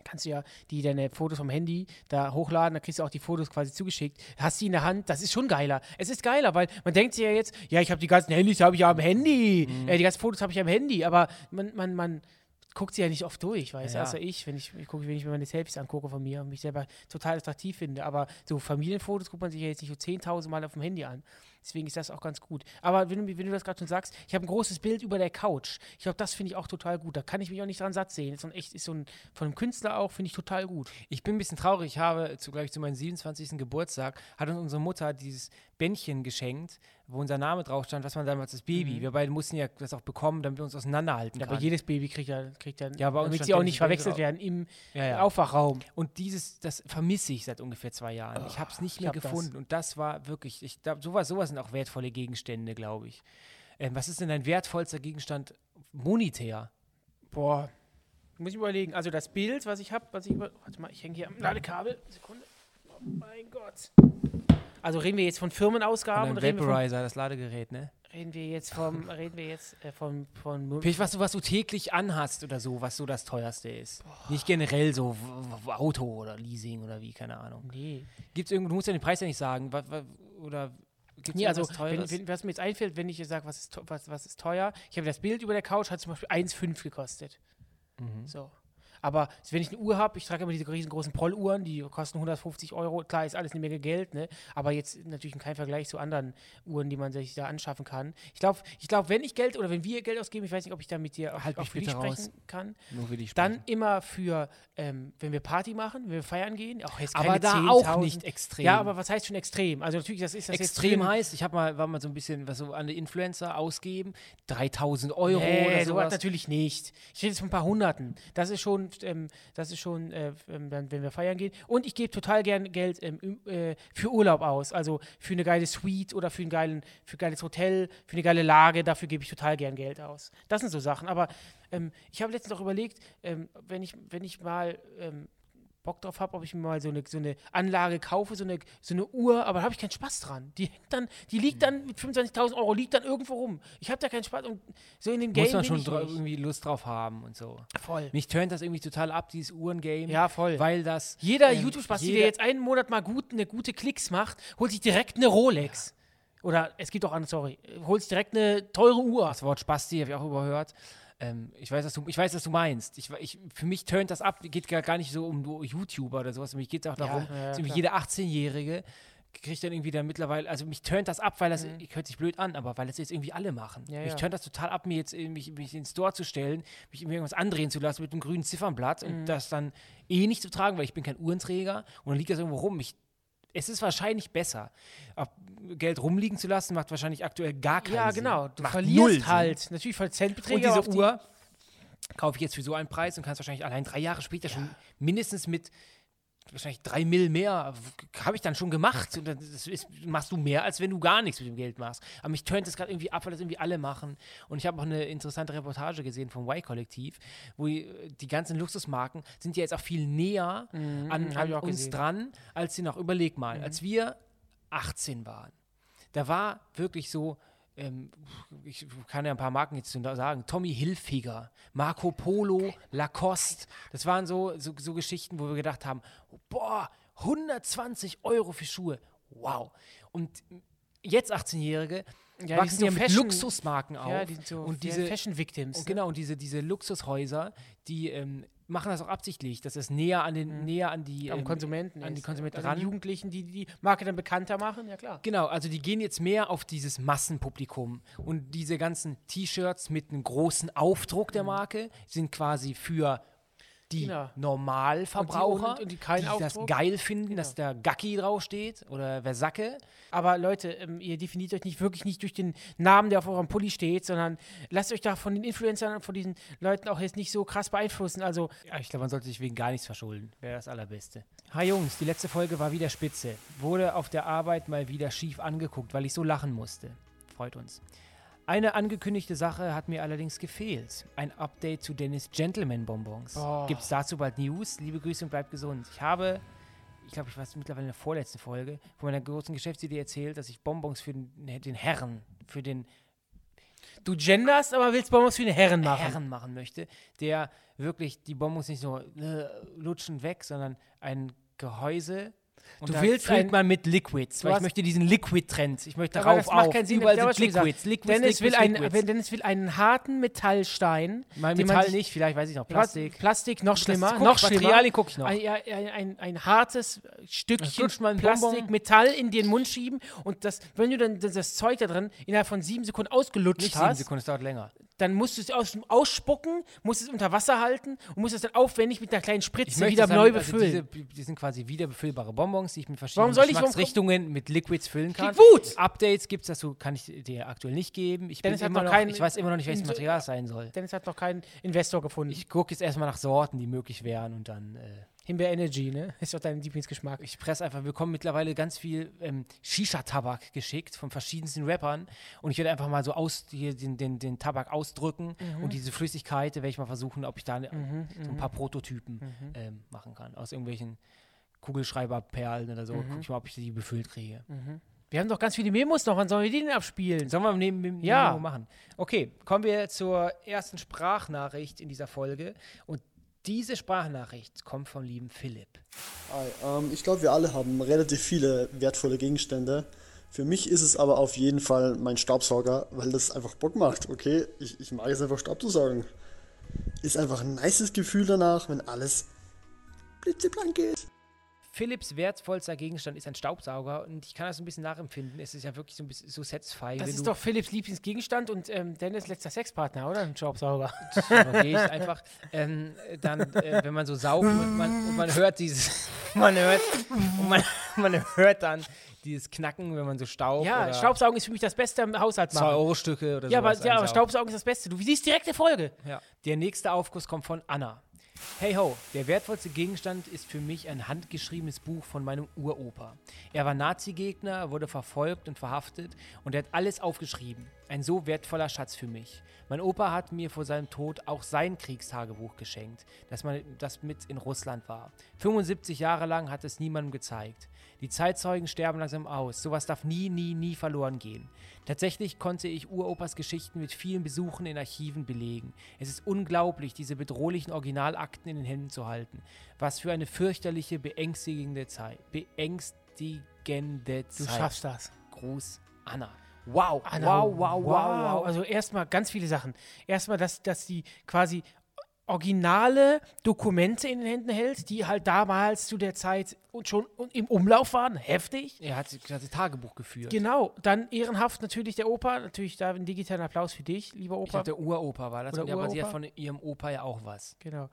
S1: kannst du ja die deine Fotos vom Handy da hochladen. Da kriegst du auch die Fotos quasi zugeschickt. Hast die in der Hand. Das ist schon geiler. Es ist geiler, weil man denkt sich ja jetzt, ja, ich habe die ganzen Handys, habe ich ja am Handy.
S2: Mhm.
S1: Äh, die ganzen Fotos habe ich am Handy. Aber man, man, man guckt sie ja nicht oft durch, weißt du.
S2: Ja.
S1: Außer ich, wenn ich, ich gucke, wenn ich mir meine Selfies angucke von mir und mich selber total attraktiv finde. Aber so Familienfotos guckt man sich ja jetzt nicht so 10.000 Mal auf dem Handy an. Deswegen ist das auch ganz gut. Aber wenn du, wenn du das gerade schon sagst, ich habe ein großes Bild über der Couch. Ich glaube, das finde ich auch total gut. Da kann ich mich auch nicht dran satt sehen. Ist so ein echt, ist so ein von einem Künstler auch, finde ich total gut.
S2: Ich bin ein bisschen traurig. Ich habe, zu, glaube ich, zu meinem 27. Geburtstag, hat uns unsere Mutter dieses Bändchen geschenkt, wo unser Name drauf stand, was man damals als Baby.
S1: Mhm.
S2: Wir beide mussten ja das auch bekommen, damit wir uns auseinanderhalten
S1: Ja,
S2: können.
S1: aber jedes Baby kriegt ja, kriegt ja,
S2: Ja, bei uns
S1: damit
S2: stand
S1: sie auch
S2: Dennis
S1: nicht
S2: Bild
S1: verwechselt
S2: drauf.
S1: werden im
S2: Ja, ja.
S1: Aufwachraum.
S2: Und dieses, das vermisse ich seit ungefähr zwei Jahren. ich habe es nicht
S1: Ah, ich
S2: mehr
S1: hab das.
S2: gefunden. Und das war wirklich, ich glaube, sowas, sowas sind auch wertvolle Gegenstände, glaube ich. Ähm, was ist denn dein wertvollster Gegenstand monetär?
S1: Boah. Muss ich überlegen. Also das Bild, was ich habe, was ich über. Warte mal, ich hänge hier am Ladekabel. Sekunde. Oh mein Gott. Also reden wir jetzt von Firmenausgaben
S2: Dein
S1: oder reden wir, von,
S2: Vaporizer, das Ladegerät, ne?
S1: reden wir jetzt vom, reden wir jetzt äh, vom, von
S2: Vielleicht was du, was du täglich anhast oder so, was so das teuerste ist. Nicht generell so w- w- Auto oder Leasing oder wie, keine Ahnung.
S1: Nee.
S2: Gibt's irgendwo, du musst ja den Preis ja nicht sagen. Wa, wa, oder gibt's
S1: Nee, also
S2: irgendwas
S1: wenn,
S2: Teures?
S1: wenn, was mir jetzt einfällt, wenn ich jetzt sage, was ist, teu- was, was ist teuer, ich habe das Bild über der Couch, hat zum Beispiel 1,5 gekostet.
S2: Mhm.
S1: So. Aber wenn ich eine Uhr habe, ich trage immer diese riesengroßen Polluhren, die kosten 150 Euro. Klar, ist alles eine Menge Geld, ne? Aber jetzt natürlich kein Vergleich zu anderen Uhren, die man sich da anschaffen kann. Ich glaube, ich glaub, wenn ich Geld oder wenn wir Geld ausgeben, ich weiß nicht, ob ich da mit dir
S2: Halt
S1: auch
S2: mich
S1: für dich
S2: bitte
S1: sprechen
S2: raus. Mhm.
S1: kann,
S2: Nur für die
S1: dann
S2: Sprache.
S1: immer für, ähm, wenn wir Party machen, wenn wir feiern gehen, auch jetzt
S2: aber
S1: keine
S2: da auch
S1: 10.000.
S2: nicht extrem.
S1: Ja, aber was heißt schon extrem? Also natürlich, das ist das jetzt
S2: extrem
S1: drin.
S2: heißt. Ich habe mal, war mal so ein bisschen, was so an die Influencer ausgeben, 3000 Euro oder
S1: Nee, sowas
S2: sowas.
S1: natürlich nicht. Ich rede jetzt von ein paar Hunderten. Das ist schon, ähm, das ist schon, äh, ähm, dann, wenn wir feiern gehen. Und ich gebe total gern Geld ähm, im- äh, für Urlaub aus. Also für eine geile Suite oder für ein geilen, für ein geiles Hotel, für eine geile Lage. Dafür gebe ich total gern Geld aus. Das sind so Sachen. Aber ähm, ich habe letztens auch überlegt, ähm, wenn ich, wenn ich mal ähm, Bock drauf habe, ob ich mir mal so eine, so eine Anlage kaufe, so eine, so eine Uhr, aber da habe ich keinen Spaß dran. Die hängt dann, die liegt dann mit 25.000 Euro, liegt dann irgendwo rum. Ich habe da keinen Spaß und so in dem Game
S2: Muss man
S1: bin
S2: schon
S1: ich
S2: dra-
S1: nicht.
S2: irgendwie Lust drauf haben und so.
S1: voll.
S2: Mich turnt das irgendwie total ab, dieses Uhrengame.
S1: Ja, voll.
S2: Weil das.
S1: Jeder
S2: ähm,
S1: YouTube-Spasti, der
S2: jeder-
S1: jetzt einen Monat mal gut, eine gute Klicks macht, holt sich direkt eine Rolex. Oder es gibt auch andere, sorry, holt sich direkt eine teure Uhr.
S2: Das Wort Spasti habe ich auch überhört. Ähm, ich, weiß, was du, ich weiß, was du meinst. Ich, ich, für mich turnt das ab, geht gar, gar nicht so um nur YouTuber oder sowas. Mich geht es auch darum,
S1: ja, ja,
S2: dass irgendwie
S1: klar.
S2: jeder 18-Jährige kriegt dann irgendwie dann mittlerweile, also mich turnt das ab, weil das, ich hört sich blöd an, aber weil das jetzt irgendwie alle machen.
S1: Mhm. Ja,
S2: mich
S1: ja.
S2: turnt das total ab, mir jetzt irgendwie- mich, mich in den Store zu stellen, mich irgendwie irgendwas andrehen zu lassen mit einem grünen Ziffernblatt
S1: Mhm.
S2: und das dann eh nicht zu tragen, weil ich bin kein Uhrenträger und dann liegt das irgendwo rum. Ich, es ist wahrscheinlich besser. Ab, Geld rumliegen zu lassen, macht wahrscheinlich aktuell gar keinen
S1: Ja,
S2: Sinn.
S1: genau. Du
S2: Macht null Sinn.
S1: verlierst halt. Natürlich von Centbeträge.
S2: Und
S1: aber auf
S2: diese
S1: die-
S2: Uhr kaufe ich jetzt für so einen Preis und kann es wahrscheinlich allein drei Jahre später schon mindestens mit wahrscheinlich drei Mill mehr w- habe ich dann schon gemacht. Und dann- das ist, machst du mehr, als wenn du gar nichts mit dem Geld machst. Aber mich turnt das gerade irgendwie ab, weil das irgendwie alle machen. Und ich habe auch eine interessante Reportage gesehen vom Y-Kollektiv, wo die, die ganzen Luxusmarken sind ja jetzt auch viel näher an,
S1: Mhm, hab
S2: an
S1: ich auch
S2: uns
S1: gesehen. Mhm.
S2: dran, als sie noch. Überleg mal, als wir 18 waren, da war wirklich so, ähm, ich kann ja ein paar Marken jetzt sagen, Tommy Hilfiger, Marco Polo, Lacoste, das waren so, so, so Geschichten, wo wir gedacht haben, boah, 120 Euro für Schuhe, wow. Und jetzt 18-Jährige
S1: die
S2: wachsen
S1: sind
S2: ja
S1: so
S2: mit
S1: Fashion-
S2: Luxusmarken auf.
S1: Ja, die sind so
S2: und
S1: wie
S2: diese
S1: Fashion Victims. ne?
S2: Und genau, und diese, diese Luxushäuser, die ähm, machen das auch absichtlich, dass es näher an den, näher an die
S1: Mhm. Am
S2: ähm,
S1: Konsumenten.
S2: an die
S1: ist,
S2: Konsumenten
S1: an
S2: ran.
S1: Die Jugendlichen, die die Marke dann bekannter machen, ja klar.
S2: Genau, also die gehen jetzt mehr auf dieses Massenpublikum. Und diese ganzen T-Shirts mit einem großen Aufdruck der Marke sind quasi für die
S1: Mhm. Genau.
S2: Normalverbraucher,
S1: Und die- und- und die keinen
S2: das
S1: Aufdruck. Genau.
S2: geil finden, dass da Gacki draufsteht oder Versacke.
S1: Aber Leute, ähm, ihr definiert euch nicht wirklich nicht durch den Namen, der auf eurem Pulli steht, sondern lasst euch da von den Influencern und von diesen Leuten auch jetzt nicht so krass beeinflussen. Also
S2: Ja, ich glaube, man sollte sich wegen gar nichts verschulden. Wäre das Allerbeste. Hi Jungs, die letzte Folge war wieder spitze. Wurde auf der Arbeit mal wieder schief angeguckt, weil ich so lachen musste. Freut uns. Eine angekündigte Sache hat mir allerdings gefehlt. Ein Update zu Dennis Gentleman Bonbons.
S1: Oh.
S2: Gibt's dazu bald News? Liebe Grüße und bleibt gesund. Ich habe, ich glaube, ich war es mittlerweile in der vorletzten Folge, von meiner großen Geschäftsidee erzählt, dass ich Bonbons für den, den Herren, für den
S1: du genderst, aber willst Bonbons für den Herren machen.
S2: Herren machen möchte, der wirklich die Bonbons nicht nur äh, lutschen weg, sondern ein Gehäuse. Und
S1: Du
S2: da
S1: willst
S2: füllt
S1: ein-
S2: man mit Liquids, weil ich
S1: hast-
S2: möchte diesen Liquid-Trend. Ich möchte
S1: Aber
S2: darauf
S1: das macht
S2: auf.
S1: keinen Sinn.
S2: Überall
S1: ich glaube,
S2: sind
S1: ich hab schon
S2: Liquids,
S1: gesagt,
S2: Liquids,
S1: Dennis,
S2: Liquids,
S1: will einen,
S2: Liquids.
S1: wenn Dennis will einen harten Metallstein.
S2: mein
S1: den man
S2: Metall
S1: sich-
S2: nicht, vielleicht weiß ich noch,
S1: Ja, was-
S2: Plastik.
S1: Plastik noch schlimmer.
S2: guck
S1: noch
S2: ich,
S1: schlimmer.
S2: Materialien guck ich noch.
S1: Ein, ja, ein, ein, ein hartes Stückchen
S2: lutscht man einen
S1: Plastik,
S2: Bonbon.
S1: Metall in den Mund schieben und das, wenn du dann das- das Zeug da drin innerhalb von sieben Sekunden ausgelutscht
S2: Nicht sieben
S1: hast,
S2: Sekunden, es dauert länger.
S1: dann musst du es aus, ausspucken, musst es unter Wasser halten und musst es dann aufwendig mit einer kleinen Spritze
S2: möchte
S1: wieder
S2: sagen,
S1: neu
S2: also
S1: befüllen.
S2: diese, die sind quasi wieder befüllbare Bonbons, die ich mit verschiedenen
S1: Warum soll ich- warum-
S2: Geschmacksrichtungen mit Liquids füllen kann.
S1: Wut!
S2: Updates gibt es dazu, kann ich dir aktuell nicht geben. Ich, bin
S1: Dennis hat
S2: immer
S1: noch
S2: noch,
S1: keinen-
S2: ich weiß immer noch nicht, welches
S1: in-
S2: Material es sein soll.
S1: Dennis hat noch keinen Investor gefunden.
S2: Ich gucke jetzt erstmal nach Sorten, die möglich wären und dann. Äh,
S1: Himbeer Energy, ne? Ist doch dein Lieblingsgeschmack.
S2: ich presse einfach, wir bekommen mittlerweile ganz viel ähm, Shisha-Tabak geschickt von verschiedensten Rappern und ich werde einfach mal so aus, hier den, den, den Tabak ausdrücken und diese Flüssigkeit werde ich mal versuchen, ob ich da so ein paar Prototypen ähm, machen kann. Aus irgendwelchen Kugelschreiberperlen oder so. Guck ich mal, ob ich die befüllt kriege.
S1: Wir haben doch ganz viele Memos noch, wann sollen wir die denn abspielen?
S2: Sollen wir neben dem
S1: Ja.
S2: Memo machen? Okay, kommen wir zur ersten Sprachnachricht in dieser Folge und diese Sprachnachricht kommt vom lieben Philipp.
S4: Hi, ähm, ich glaube, wir alle haben relativ viele wertvolle Gegenstände. Für mich ist es aber auf jeden Fall mein Staubsauger, weil das einfach Bock macht, okay? Ich, ich mag es einfach Staub zu saugen. Ist einfach ein nices Gefühl danach, wenn alles blitzeblank geht.
S2: Philips wertvollster Gegenstand ist ein Staubsauger und ich kann das so ein bisschen nachempfinden. Es ist ja wirklich so ein bisschen so satisfying.
S1: Das
S2: wenn
S1: ist
S2: du
S1: doch Philips Lieblingsgegenstand und ähm, Dennis letzter Sexpartner, oder? Ein Staubsauger.
S2: überlegst, einfach ähm, dann, äh, wenn man so saugt und man, und man hört dieses, man hört, und man, man hört dann dieses Knacken, wenn man so Staub
S1: Ja,
S2: oder
S1: Staubsaugen ist für mich das Beste im Haushalt
S2: 2
S1: machen.
S2: Euro Stücke oder
S1: Ja, aber,
S2: sowas
S1: ja, aber
S2: ansaugt.
S1: Staubsaugen ist das Beste. Du siehst direkt die Folge.
S2: Ja. Der nächste Aufguss kommt von Anna. Hey ho, der wertvollste Gegenstand ist für mich ein handgeschriebenes Buch von meinem Uropa. Er war Nazi-Gegner, wurde verfolgt und verhaftet und er hat alles aufgeschrieben. Ein so wertvoller Schatz für mich. Mein Opa hat mir vor seinem Tod auch sein Kriegstagebuch geschenkt, das, man, das mit in Russland war. 75 Jahre lang hat es niemandem gezeigt. Die Zeitzeugen sterben langsam aus. Sowas darf nie, nie, nie verloren gehen. Tatsächlich konnte ich Uropas Geschichten mit vielen Besuchen in Archiven belegen. Es ist unglaublich, diese bedrohlichen Originalakten in den Händen zu halten. Was für eine fürchterliche, beängstigende Zeit. Beängstigende
S1: Du
S2: Zeit.
S1: schaffst das.
S2: Gruß, Anna. Wow,
S1: Anna,
S2: wow, wow, wow, wow.
S1: Also erstmal ganz viele Sachen. Erstmal, dass, dass die quasi originale Dokumente in den Händen hält, die halt damals zu der Zeit und schon im Umlauf waren. Heftig.
S2: er hat das Tagebuch geführt.
S1: Genau, dann ehrenhaft natürlich der Opa. Natürlich da einen digitalen Applaus für dich, lieber
S2: Ich
S1: Opa.
S2: glaube, der Uropa war das.
S1: Oder
S2: Und ja, aber sie hat
S1: Uropa?
S2: von ihrem Opa ja auch was.
S1: Genau.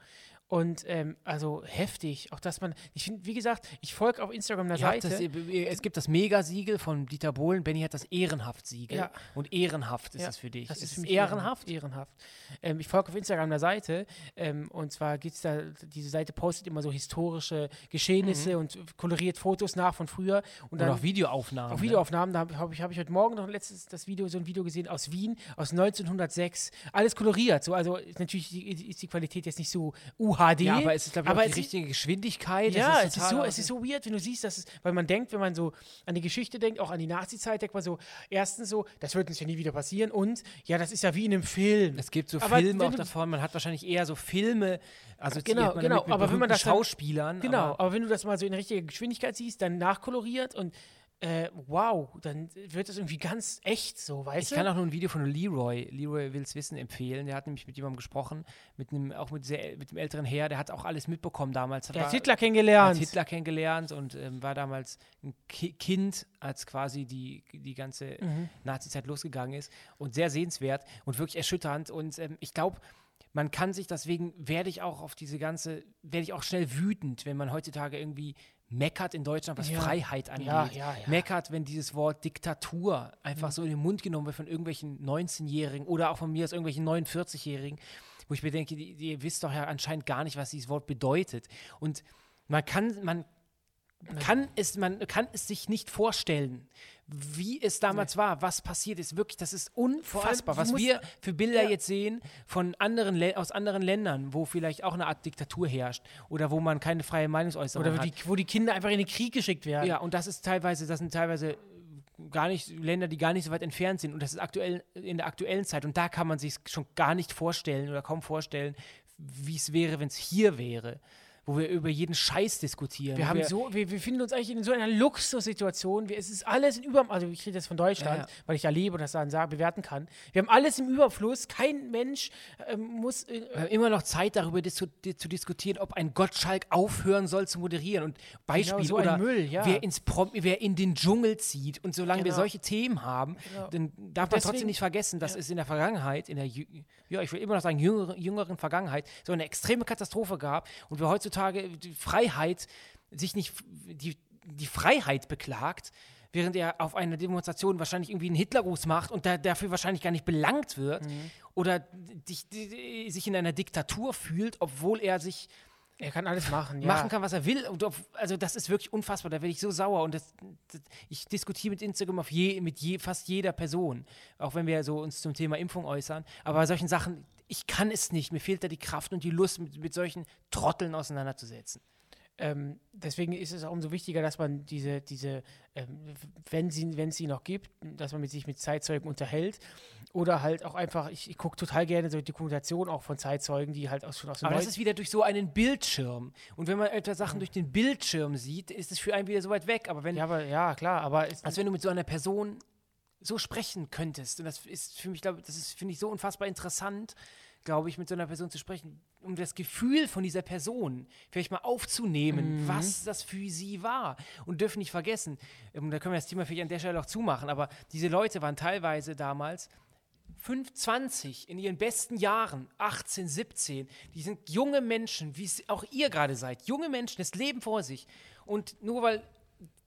S1: Und ähm, also heftig, auch dass man, ich finde, wie gesagt, ich folge auf Instagram einer
S2: Ihr habt
S1: Seite.
S2: das, ihr- es gibt das Megasiegel von Dieter Bohlen. Benny hat das Ehrenhaft-Siegel.
S1: Ja.
S2: Und ehrenhaft ist
S1: Ja,
S2: es für dich.
S1: Das
S2: Es
S1: ist für mich ehrenhaft. Ehrenhaft. Ähm, ich folge auf Instagram einer Seite ähm, und zwar gibt es da, diese Seite postet immer so historische Geschehnisse und koloriert Fotos nach von früher und
S2: Mhm. Und
S1: dann
S2: auch Videoaufnahmen.
S1: Auch
S2: ne?
S1: Videoaufnahmen, da habe hab ich, hab ich heute Morgen noch letztes das Video, so ein Video gesehen aus Wien, aus 1906. Alles koloriert, so, also ist natürlich die, ist die Qualität jetzt nicht so UHD.
S2: Ja, aber es ist, glaube ich, auch die
S1: es ist-
S2: richtige Geschwindigkeit.
S1: Ja,
S2: das
S1: es ist, so,
S2: total-
S1: es ist so weird, wenn du siehst, dass es, weil man denkt, wenn man so an die Geschichte denkt, auch an die Nazi-Zeit, denkt man so, erstens so, das wird uns ja nie wieder passieren und ja, das ist ja wie in einem Film.
S2: Es gibt so
S1: Aber
S2: Filme
S1: wenn
S2: auch
S1: du-
S2: davon. Man hat wahrscheinlich eher so Filme. Also
S1: Genau, genau,
S2: Mit, mit
S1: aber wenn man
S2: berühmten
S1: das dann-
S2: Schauspielern.
S1: Genau,
S2: aber-
S1: aber, wenn du das mal so in richtiger Geschwindigkeit siehst, dann nachkoloriert und äh, wow, dann wird es irgendwie ganz echt so, weißt
S2: Ich
S1: du?
S2: kann auch nur ein Video von Leroy, Leroy will's wissen, empfehlen. Der hat nämlich mit jemandem gesprochen, mit einem, auch mit, sehr, mit einem älteren Herr, der hat auch alles mitbekommen damals.
S1: der
S2: War-
S1: hat Hitler
S2: hat
S1: kennengelernt.
S2: Hitler kennengelernt und ähm, war damals ein Ki Kind, als quasi die, die ganze
S1: Mhm.
S2: Nazi-Zeit losgegangen ist. Und sehr sehenswert und wirklich erschütternd. Und ähm, ich glaube, man kann sich, deswegen werde ich auch auf diese ganze, werde ich auch schnell wütend, wenn man heutzutage irgendwie meckert in Deutschland, was
S1: Ja.
S2: Freiheit angeht.
S1: Ja, ja, ja.
S2: Meckert, wenn dieses Wort Diktatur einfach so in den Mund genommen wird von irgendwelchen 19-Jährigen oder auch von mir aus irgendwelchen 49-Jährigen, wo ich mir denke, die, die, ihr wisst doch ja anscheinend gar nicht, was dieses Wort bedeutet. Und man kann, man kann es, man kann es sich nicht vorstellen, wie es damals war, was passiert ist. Wirklich, das ist unfassbar,
S1: du
S2: was
S1: musst-
S2: wir für Bilder jetzt sehen von anderen Lä- aus anderen Ländern, wo vielleicht auch eine Art Diktatur herrscht oder wo man keine freie Meinungsäußerung
S1: Oder wo
S2: hat.
S1: die, wo die Kinder einfach in den Krieg geschickt werden.
S2: Ja, und das ist teilweise, das sind teilweise gar nicht Länder, die gar nicht so weit entfernt sind. Und das ist aktuell in der aktuellen Zeit. Und da kann man sich schon gar nicht vorstellen oder kaum vorstellen, wie es wäre, wenn es hier wäre, wo wir über jeden Scheiß diskutieren.
S1: Wir,
S2: wo
S1: haben so, wir, wir finden uns eigentlich in so einer Luxussituation. Wir, es ist alles in Überm, also ich rede jetzt von Deutschland,
S2: Ja, ja.
S1: weil ich ja lebe und das dann sagen, bewerten kann. Wir haben alles im Überfluss. Kein Mensch ähm, muss. Äh,
S2: Wir haben immer noch Zeit, darüber dis zu, di- zu diskutieren, ob ein Gottschalk aufhören soll zu moderieren. Und Beispiel
S1: Genau so ein
S2: oder
S1: Müll, ja.
S2: wer, ins Prom wer in den Dschungel zieht. Und solange wir
S1: Genau.
S2: solche Themen haben, dann darf man
S1: Deswegen-
S2: trotzdem nicht vergessen, dass es in der Vergangenheit, in der, jü- ja, ich will immer noch sagen, jüngeren, jüngeren Vergangenheit, so eine extreme Katastrophe gab und wir heutzutage die Freiheit sich nicht, die, die Freiheit beklagt. Während er auf einer Demonstration wahrscheinlich irgendwie einen Hitlergruß macht und da, dafür wahrscheinlich gar nicht belangt wird oder dich, die, sich in einer Diktatur fühlt, obwohl er sich
S1: er kann alles machen. Ja.
S2: machen kann, was er will. Und auf, also das ist wirklich unfassbar. Da werde ich so sauer. Und das, das, ich diskutiere mit Instagram auf je, mit je, fast jeder Person, auch wenn wir so uns zum Thema Impfung äußern. Aber bei solchen Sachen, ich kann es nicht. Mir fehlt da die Kraft und die Lust, mit, mit solchen Trotteln auseinanderzusetzen.
S1: Ähm, deswegen ist es auch umso wichtiger, dass man diese, diese ähm, wenn sie, wenn es sie noch gibt, dass man mit sich mit Zeitzeugen unterhält. Oder halt auch einfach, ich, ich gucke total gerne so Dokumentation auch von Zeitzeugen, die halt auch schon aus dem
S2: Aber das
S1: Neu-
S2: ist wieder durch so einen Bildschirm. Und wenn man etwa Sachen durch den Bildschirm sieht, ist es für einen wieder so weit weg. Aber wenn,
S1: ja, aber, ja, klar, aber es,
S2: als wenn du mit so einer Person so sprechen könntest. Und das ist für mich, glaube das ist, finde ich, so unfassbar interessant, glaube ich, mit so einer Person zu sprechen, um das Gefühl von dieser Person vielleicht mal aufzunehmen, was das für sie war. Und dürfen nicht vergessen, ähm, da können wir das Thema vielleicht an der Stelle auch zumachen, aber diese Leute waren teilweise damals 25 in ihren besten Jahren, 18, 17, die sind junge Menschen, wie es auch ihr gerade seid, junge Menschen, das Leben vor sich. Und nur weil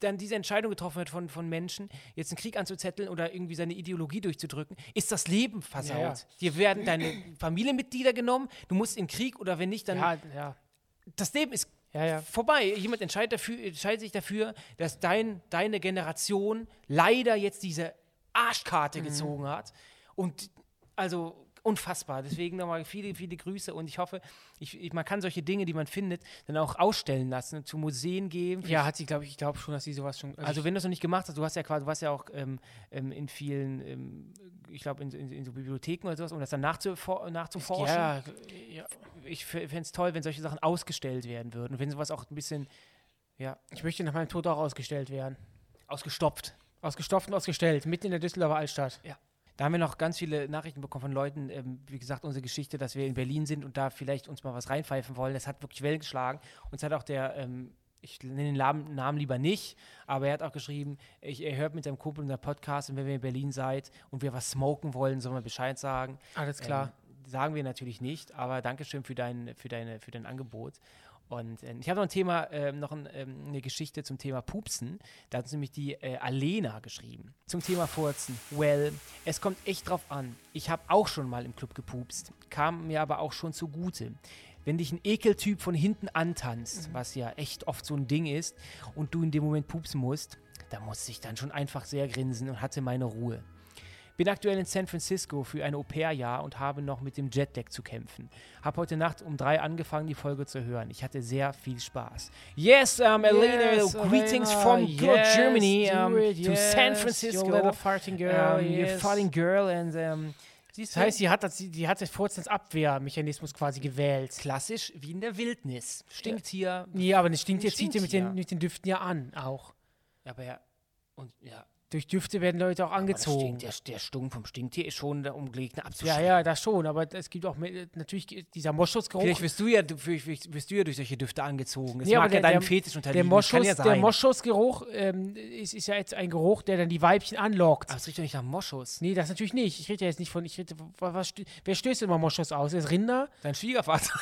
S2: dann diese Entscheidung getroffen wird von, von Menschen, jetzt einen Krieg anzuzetteln oder irgendwie seine Ideologie durchzudrücken, ist das Leben versaut.
S1: Ja, ja.
S2: Dir werden deine Familienmitglieder genommen, du musst in den Krieg oder wenn nicht, dann
S1: ja, ja.
S2: das Leben ist
S1: Ja, ja.
S2: vorbei. Jemand entscheidet, dafür, entscheidet sich dafür, dass dein, deine Generation leider jetzt diese Arschkarte gezogen hat. Und also unfassbar. Deswegen nochmal viele, viele Grüße und ich hoffe, ich, ich, man kann solche Dinge, die man findet, dann auch ausstellen lassen, und zu Museen gehen.
S1: Ja, hat sie, glaube ich, ich glaube schon, dass sie sowas schon.
S2: Also wenn du es noch nicht gemacht hast, du hast ja quasi, du warst ja auch ähm, ähm, in vielen, ähm, ich glaube, in, in, in so Bibliotheken oder sowas, um das dann nachzufor- nachzuforschen
S1: ja,
S2: ich fände es toll, wenn solche Sachen ausgestellt werden würden. Wenn sowas auch ein bisschen
S1: ich möchte nach meinem Tod auch ausgestellt werden.
S2: ausgestopft.
S1: Ausgestopft und ausgestellt, mitten in der Düsseldorfer Altstadt.
S2: Da haben wir noch ganz viele Nachrichten bekommen von Leuten, ähm, wie gesagt, unsere Geschichte, dass wir in Berlin sind und da vielleicht uns mal was reinpfeifen wollen. Das hat wirklich Wellen geschlagen. Uns hat auch der, ähm, ich nenne den Namen, Namen lieber nicht, aber er hat auch geschrieben, ich, er hört mit seinem Kumpel unser Podcast und wenn wir in Berlin seid und wir was smoken wollen, sollen wir Bescheid sagen.
S1: Alles klar.
S2: Ähm, sagen wir natürlich nicht, aber Dankeschön für dein, für deine, für dein Angebot. Und äh, ich habe noch ein Thema, ähm, noch ein, ähm, eine Geschichte zum Thema Pupsen. Da hat uns nämlich die äh, Alena geschrieben. Zum Thema Furzen. Well, es kommt echt drauf an. Ich habe auch schon mal im Club gepupst, kam mir aber auch schon zugute. Wenn dich ein Ekeltyp von hinten antanzt,
S1: Mhm.
S2: was ja echt oft so ein Ding ist, und du in dem Moment pupsen musst, da musste ich dann schon einfach sehr grinsen und hatte meine Ruhe. Bin aktuell in San Francisco für ein Au-pair-Jahr und habe noch mit dem Jetlag zu kämpfen. Hab heute Nacht um drei angefangen, die Folge zu hören. Ich hatte sehr viel Spaß. Yes, um, Elena,
S1: Yes,
S2: greetings
S1: Elena,
S2: from good
S1: yes,
S2: Germany
S1: do
S2: um,
S1: it,
S2: to San
S1: yes,
S2: Francisco.
S1: You little farting girl,
S2: um, You
S1: yes.
S2: farting girl and um, siehst
S1: Das heißt, sie hat, das- sie, die hat den Furzensabwehrmechanismus quasi gewählt.
S2: klassisch wie in der Wildnis. Stinkt hier.
S1: Nee, aber das stinkt jetzt, zieht ihr mit
S2: Stinktier.
S1: den, mit den Düften ja an auch.
S2: Aber ja. Und ja,
S1: Durch Düfte werden Leute auch
S2: aber das
S1: angezogen.
S2: Stink, der, der Stunk vom Stinktier ist schon da umgelegt,
S1: Ja,
S2: abzuschrecken.
S1: ja, das schon, aber es gibt auch mehr- natürlich ge- dieser Moschusgeruch.
S2: Vielleicht wirst du ja, du- vielleicht wirst du ja durch solche Düfte angezogen. Das
S1: Nee, aber
S2: mag ja
S1: der-
S2: deinem
S1: der-
S2: Fetisch unterliegen.
S1: Der
S2: Kann
S1: Moschus,
S2: ja sein.
S1: der Moschusgeruch ähm, ist, ist ja jetzt ein Geruch, der dann die Weibchen anlockt.
S2: Aber es riecht doch nicht nach Moschus.
S1: Nee, das natürlich nicht. Ich rede ja jetzt nicht von, ich rede, wa- was, stö- wer stößt immer Moschus aus? Ist Rinder?
S2: Dein Schwiegervater.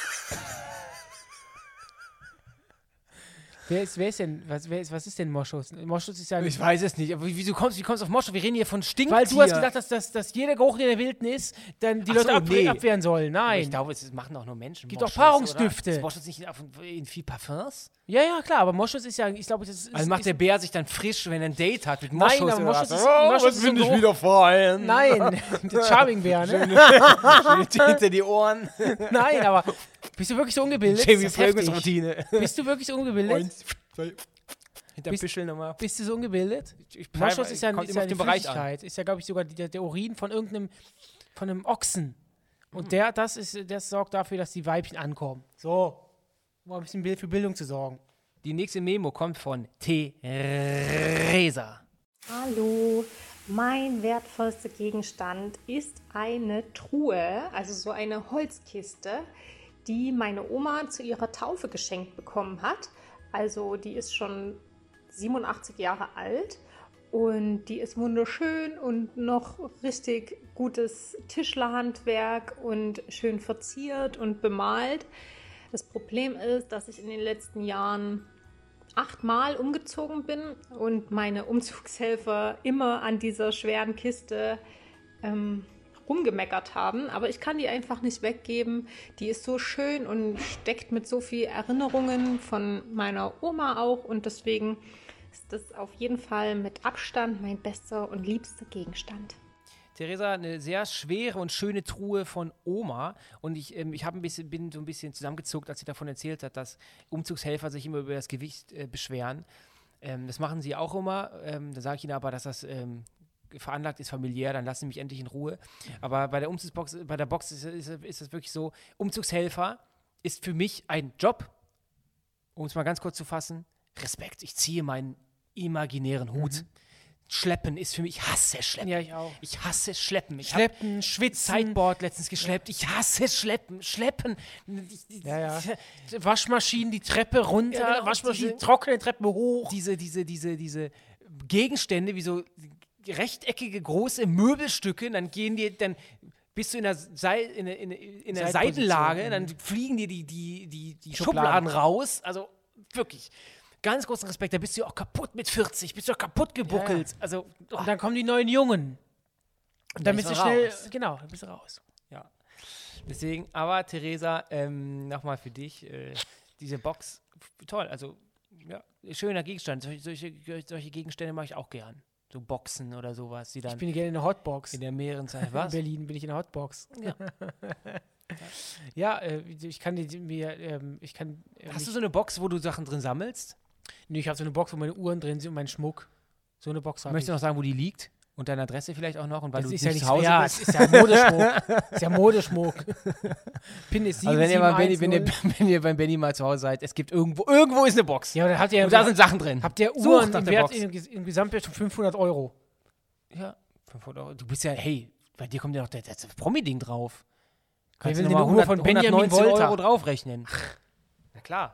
S1: Wer ist, wer ist denn, was, wer ist, was ist denn Moschus? Moschus ist ja
S2: Ich weiß es nicht. Aber wieso kommst, wie kommst du auf Moschus? Wir reden hier von Stinktier.
S1: Weil du hast gesagt, dass, dass, dass jeder Geruch in der Wildnis dann die
S2: Ach
S1: Leute
S2: so,
S1: abwe-
S2: nee.
S1: abwehren sollen.
S2: Aber Ich
S1: Nein.
S2: glaube, es machen auch nur Menschen.
S1: Gibt auch
S2: Moschus, oder?
S1: Paarungsdüfte.
S2: Ist Moschus nicht auf, in viel Parfums?
S1: Ja, ja, klar, aber Moschus ist ja, ich glaube, das ist.
S2: Also macht
S1: ist,
S2: der Bär sich dann frisch, wenn er ein Date hat mit
S1: Nein,
S2: Moschus?
S1: aber
S2: oder
S1: Moschus
S2: was? Oh,
S1: ist- Moschus
S2: was
S1: ist so
S2: bin ich
S1: groß.
S2: wieder fallen?
S1: Nein, der Charming-Bär, ne?
S2: Hinter die Ohren.
S1: Nein, aber bist du wirklich so ungebildet?
S2: Jamie
S1: Das ist heftig.
S2: Fragrance Routine.
S1: Bist du wirklich so ungebildet?
S2: Hinter
S1: Bist-
S2: Pischel nochmal.
S1: Bist du so ungebildet?
S2: Ich-
S1: Moschus ist ja,
S2: kommt
S1: ist ja eine
S2: immer auf den Bereich an.
S1: Flüssigkeit. Ist ja, glaube ich, sogar die, der, der Urin von irgendeinem von einem Ochsen. Und der, das ist, das sorgt dafür, dass die Weibchen ankommen. So. Um ein bisschen Bild- für Bildung zu sorgen.
S2: Die nächste Memo kommt von Theresa.
S5: Hallo, mein wertvollster Gegenstand ist eine Truhe, also so eine Holzkiste, die meine Oma zu ihrer Taufe geschenkt bekommen hat. Also die ist schon 87 Jahre alt und die ist wunderschön und noch richtig gutes Tischlerhandwerk und schön verziert und bemalt. Das Problem ist, dass ich in den letzten Jahren achtmal umgezogen bin und meine Umzugshelfer immer an dieser schweren Kiste ähm, rumgemeckert haben. Aber ich kann die einfach nicht weggeben. Die ist so schön und steckt mit so viel Erinnerungen von meiner Oma auch. Und deswegen ist das auf jeden Fall mit Abstand mein bester und liebster Gegenstand.
S2: Theresa, eine sehr schwere und schöne Truhe von Oma. Und ich, ähm, ich hab ein bisschen, bin so ein bisschen zusammengezuckt, als sie davon erzählt hat, dass Umzugshelfer sich immer über das Gewicht äh, beschweren. Ähm, das machen sie auch immer. Ähm, da sage ich ihnen aber, dass das ähm, veranlagt ist familiär, dann lassen sie mich endlich in Ruhe. Aber bei der Umzugsbox, bei der Box ist, ist, ist das wirklich so, Umzugshelfer ist für mich ein Job. Um es mal ganz kurz zu fassen, Respekt. Ich ziehe meinen imaginären Hut. Schleppen ist für mich, ich hasse Schleppen.
S1: Mhm. Ja, ich auch.
S2: Ich hasse Schleppen. Ich hab
S1: Schleppen, Schwitzen,
S2: Sideboard letztens geschleppt. Ich hasse Schleppen. Schleppen. Ich-
S1: Ja, ja. Waschmaschinen die Treppe runter,
S2: Ja, genau,
S1: Waschmaschinen
S2: diese-
S1: trockene Treppen hoch.
S2: Diese, diese, diese, diese Gegenstände wie so rechteckige, große Möbelstücke, dann gehen die, dann bist du in der, Sei in, der- in, der- in der
S1: Seitposition,
S2: Seitenlage,
S1: mhm.
S2: dann fliegen dir die, die, die, die
S1: Schubladen.
S2: Schubladen raus. Also wirklich. Ganz großen Respekt, da bist du ja auch kaputt mit 40, bist du ja kaputt gebuckelt. Also, oh,
S1: Und dann kommen die neuen Jungen. Und dann
S2: bist
S1: bist du
S2: du
S1: schnell,
S2: raus.
S1: genau, dann bist du raus.
S2: Ja. Deswegen, aber Theresa, ähm, nochmal für dich, äh, diese Box, f- toll, also ja, schöner Gegenstand. Solche, solche, solche Gegenstände mache ich auch gern. So Boxen oder sowas, die
S1: Ich
S2: dann
S1: bin gerne in der Hotbox.
S2: in der mehreren Zeit.
S1: In
S2: Was?
S1: Berlin bin ich in der Hotbox.
S2: Ja.
S1: ja, äh, ich kann die- die mir, ähm, ich kann. Äh,
S2: Hast du
S1: mich,
S2: so eine Box, wo du Sachen drin sammelst?
S1: nee, ich habe so eine Box, wo meine Uhren drin sind und mein Schmuck. So eine Box habe ich.
S2: Möchtest du noch sagen, wo die liegt? Und deine Adresse vielleicht auch noch? Und weil
S1: das
S2: du
S1: ist ja
S2: nicht
S1: nicht
S2: zu Hause
S1: ja,
S2: bist?
S1: es ist ja Modeschmuck. ist ja Modeschmuck. Pin ist 7,
S2: Also wenn ihr, mal, Benny, wenn, ihr, wenn ihr beim Benny mal zu Hause seid, es gibt irgendwo, irgendwo ist eine Box.
S1: Ja, aber dann habt ihr
S2: Und da sind Sachen drin.
S1: habt ihr
S2: Sucht
S1: Uhren
S2: nach
S1: im,
S2: der
S1: Wert,
S2: Box.
S1: im, Ges- im Gesamtwert von 500 Euro.
S2: Ja, 500 Euro. Du bist ja, hey, bei dir kommt ja noch der- das Promi-Ding drauf.
S1: Wer
S2: Kannst
S1: will
S2: du
S1: denn
S2: nochmal
S1: eine Uhr
S2: 100
S1: von Benjamin
S2: 119
S1: Wolter?
S2: Euro draufrechnen? Na klar.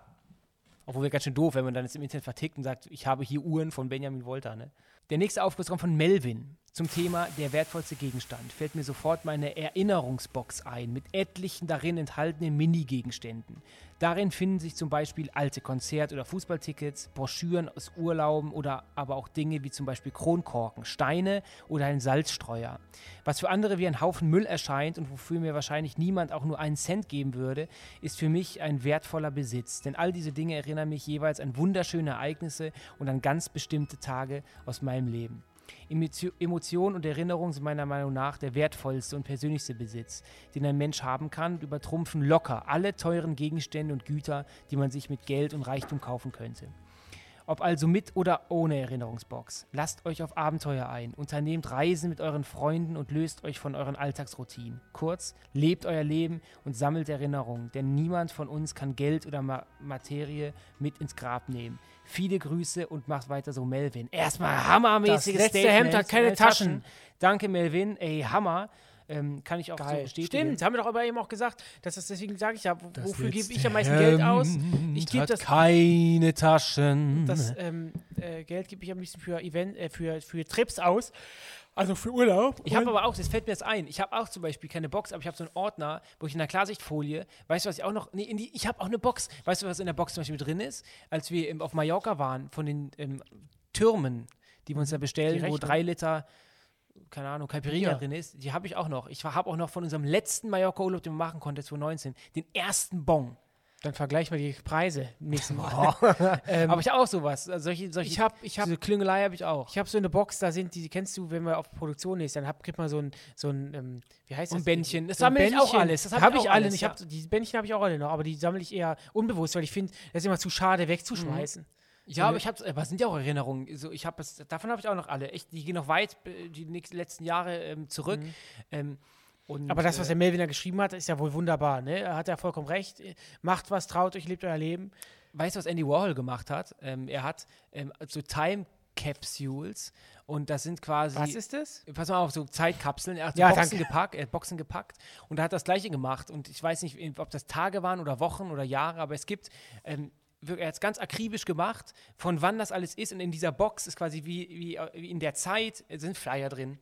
S2: Obwohl wir ganz schön doof, wenn man dann jetzt im Internet vertickt und sagt, ich habe hier Uhren von Benjamin Wolter. Ne? Der nächste Aufguss kommt von Melvin zum Thema der wertvollste Gegenstand. Fällt mir sofort meine Erinnerungsbox ein mit etlichen darin enthaltenen Mini-Gegenständen. Darin finden sich zum Beispiel alte Konzert- oder Fußballtickets, Broschüren aus Urlauben oder aber auch Dinge wie zum Beispiel Kronkorken, Steine oder einen Salzstreuer. Was für andere wie ein Haufen Müll erscheint und wofür mir wahrscheinlich niemand auch nur einen Cent geben würde, ist für mich ein wertvoller Besitz. Denn all diese Dinge erinnern mich jeweils an wunderschöne Ereignisse und an ganz bestimmte Tage aus meinem Leben. Emotio- Emotionen und Erinnerungen sind meiner Meinung nach der wertvollste und persönlichste Besitz, den ein Mensch haben kann und übertrumpfen locker alle teuren Gegenstände und Güter, die man sich mit Geld und Reichtum kaufen könnte. Ob also mit oder ohne Erinnerungsbox. Lasst euch auf Abenteuer ein, unternehmt Reisen mit euren Freunden und löst euch von euren Alltagsroutinen. Kurz, lebt euer Leben und sammelt Erinnerungen, denn niemand von uns kann Geld oder Ma Materie mit ins Grab nehmen. Viele Grüße und macht weiter so, Melvin. Erstmal
S1: Das
S2: hammermäßiges
S1: letzte
S2: Statement.
S1: Hemd hat keine
S2: Ohne
S1: Taschen.
S2: Danke, Melvin. Ey, Hammer. Ähm, kann ich auch so bestätigen.
S1: Stimmt, haben wir doch aber eben auch gesagt, dass das deswegen sage ich ja, wo-
S2: Das
S1: wofür gebe
S2: letzte
S1: ich am meisten Geld aus? Ich
S2: Hemd
S1: gebe
S2: hat
S1: das,
S2: Keine Taschen.
S1: das ähm, äh, Geld gebe ich am liebsten für Event, äh, für, für Trips aus, also für Urlaub.
S2: ich habe aber auch, das fällt mir jetzt ein, ich habe auch zum Beispiel keine Box, aber ich habe so einen Ordner, wo ich in der Klarsichtfolie, weißt du, was ich auch noch, nee, in die, ich habe auch eine Box, weißt du, was in der Box zum Beispiel drin ist? Als wir ähm, auf Mallorca waren, von den ähm, Türmen, die wir uns da
S1: Mhm. Die
S2: bestellen, wo
S1: Rechnung.
S2: drei Liter, keine Ahnung, Caipirinha
S1: Bier.
S2: drin ist, die habe ich auch noch. Ich habe auch noch von unserem letzten Mallorca-Urlaub, den wir machen konnten, 2019, den ersten Bon.
S1: Dann vergleichen wir die Preise nächstes Mal.
S2: aber ich habe auch sowas, also solche, solche
S1: Ähm, Ich habe ich hab,
S2: diese Klüngelei habe ich auch.
S1: ich hab so eine Box, da sind die, die kennst du, wenn man auf Produktion ist, dann hab, kriegt man so ein, so ein ähm, wie heißt
S2: So ein
S1: das?
S2: Bändchen. Das
S1: So ein
S2: sammel ich auch
S1: Bändchen.
S2: alles. Das hab
S1: Hab
S2: ich auch
S1: ich alle.
S2: alles,
S1: ich
S2: ja.
S1: hab, die Bändchen habe ich auch alle noch, aber die sammle ich eher unbewusst, weil ich finde, das ist immer zu schade wegzuschmeißen.
S2: Mhm. Ja, aber ich habe, aber es sind ja auch Erinnerungen. So, ich habe es, davon habe ich auch noch alle. Echt, die gehen noch weit äh, die nächsten letzten Jahre ähm, zurück. Ähm, und,
S1: Mhm. Aber das, was
S2: äh,
S1: der Melvin da geschrieben hat, ist ja wohl wunderbar. Ne? Er hat ja vollkommen recht. Macht was, traut euch, lebt euer Leben.
S2: weißt du, was Andy Warhol gemacht hat? Ähm, er hat ähm, so Time Capsules und das sind quasi
S1: Was ist das?
S2: pass mal auf, so Zeitkapseln. Er hat so
S1: Ja,
S2: Boxen,
S1: danke.
S2: gepackt, äh, Boxen gepackt und er hat das Gleiche gemacht. Und ich weiß nicht, ob das Tage waren oder Wochen oder Jahre, aber es gibt. Ähm, wir- er hat es ganz akribisch gemacht, von wann das alles ist. Und in dieser Box ist quasi wie, wie, äh, wie in der Zeit, äh, sind Flyer drin,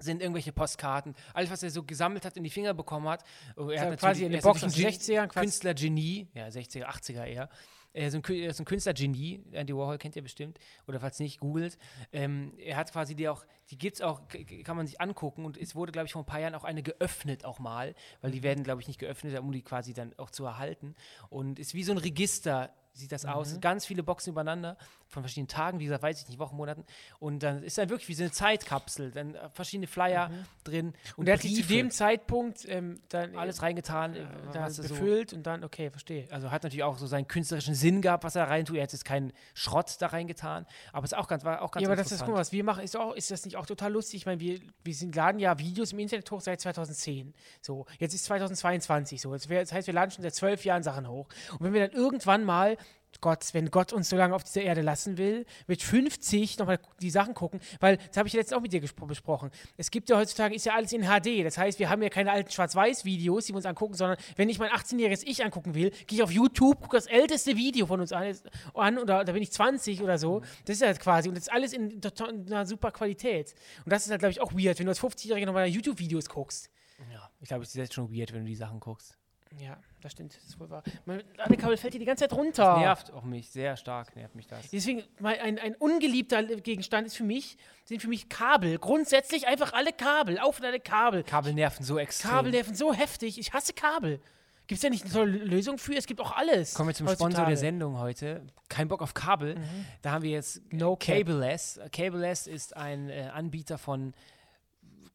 S2: sind irgendwelche Postkarten, alles, was er so gesammelt hat, in die Finger bekommen hat. Und Er
S1: Ja,
S2: hat
S1: quasi
S2: natürlich-
S1: eine
S2: er ist
S1: Box
S2: natürlich
S1: aus
S2: ein Gen-
S1: 60ern, quasi-
S2: Künstlergenie, ja, 60er, 80er eher. Er ist ein, Kü- er ist ein Künstlergenie, Andy Warhol kennt ihr bestimmt, oder falls nicht, googelt. Ähm, er hat quasi die auch, die gibt's auch, k- k- kann man sich angucken und es wurde, glaube ich, vor ein paar Jahren auch eine geöffnet auch mal, weil
S1: Mhm.
S2: die werden, glaube ich, nicht geöffnet, um die quasi dann auch zu erhalten. Und ist wie so ein Register, sieht das
S1: Mhm.
S2: aus, ganz viele Boxen übereinander, von verschiedenen Tagen, wie gesagt, weiß ich nicht, Wochen, Monaten. Und dann ist dann wirklich wie so eine Zeitkapsel, dann äh, verschiedene Flyer drin
S1: Mhm. Und er hat sich zu
S2: Briefe.
S1: dem Zeitpunkt ähm, dann
S2: alles reingetan, äh,
S1: da
S2: was er so
S1: befüllt und dann, okay, verstehe.
S2: also hat natürlich auch so seinen künstlerischen Sinn gehabt, was er da reintut. Er hat jetzt keinen Schrott da reingetan, aber es ist auch ganz, war auch ganz
S1: Ja, aber das ist,
S2: interessant.
S1: guck mal, was wir machen, ist, auch, ist das nicht auch total lustig? Ich meine, wir, wir sind, laden ja Videos im Internet hoch seit 2010. So, jetzt ist 2022 so. Das, wär, das heißt, wir laden schon seit zwölf Jahren Sachen hoch. Und wenn wir dann irgendwann mal, Gott, wenn Gott uns so lange auf dieser Erde lassen will, mit 50 nochmal die Sachen gucken, weil das habe ich letztens auch mit dir gespro- besprochen. Es gibt ja heutzutage, ist ja alles in HD. Das heißt, wir haben ja keine alten Schwarz-Weiß-Videos, die wir uns angucken, sondern wenn ich mein 18-jähriges Ich angucken will, gehe ich auf YouTube, gucke das älteste Video von uns an, ist- an oder da bin ich 20 oder
S2: Mhm.
S1: so. Das ist halt quasi, und das ist alles in, to- to- einer super Qualität. Und das ist halt, glaube ich, auch weird, wenn du als 50-Jähriger nochmal deine YouTube-Videos guckst.
S2: Ja, ich glaube, es ist jetzt schon weird, wenn du die Sachen guckst.
S1: Ja, das stimmt, das ist wohl wahr. Mein Ladekabel fällt dir die ganze Zeit runter.
S2: Nervt auch mich, sehr stark nervt mich das.
S1: Deswegen, mein, ein, ein ungeliebter Gegenstand ist für mich, sind für mich Kabel. Grundsätzlich einfach alle Kabel, auf und alle Kabel.
S2: Kabel nerven so extrem.
S1: Kabel nerven so heftig. Ich hasse Kabel. Gibt es da nicht eine tolle Lösung für? Es gibt auch alles.
S2: Kommen wir zum Sponsor
S1: heutzutage. Mhm.
S2: der Sendung heute. Kein Bock auf Kabel. Da haben wir jetzt no Cableless. Cableless ist ein äh, Anbieter von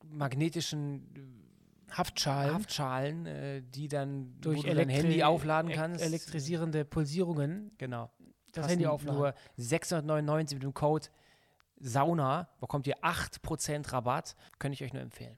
S2: magnetischen äh,
S1: Haftschalen.
S2: Haftschalen, äh, die dann
S1: durch
S2: wo du dein Handy
S1: elektri-
S2: aufladen
S1: elek-
S2: kannst.
S1: Elektrisierende Pulsierungen.
S2: Genau.
S1: Das
S2: Kosten
S1: Handy aufladen.
S2: Nur 699 mit dem Code Sauna bekommt ihr 8% Rabatt. Könnte ich euch nur empfehlen.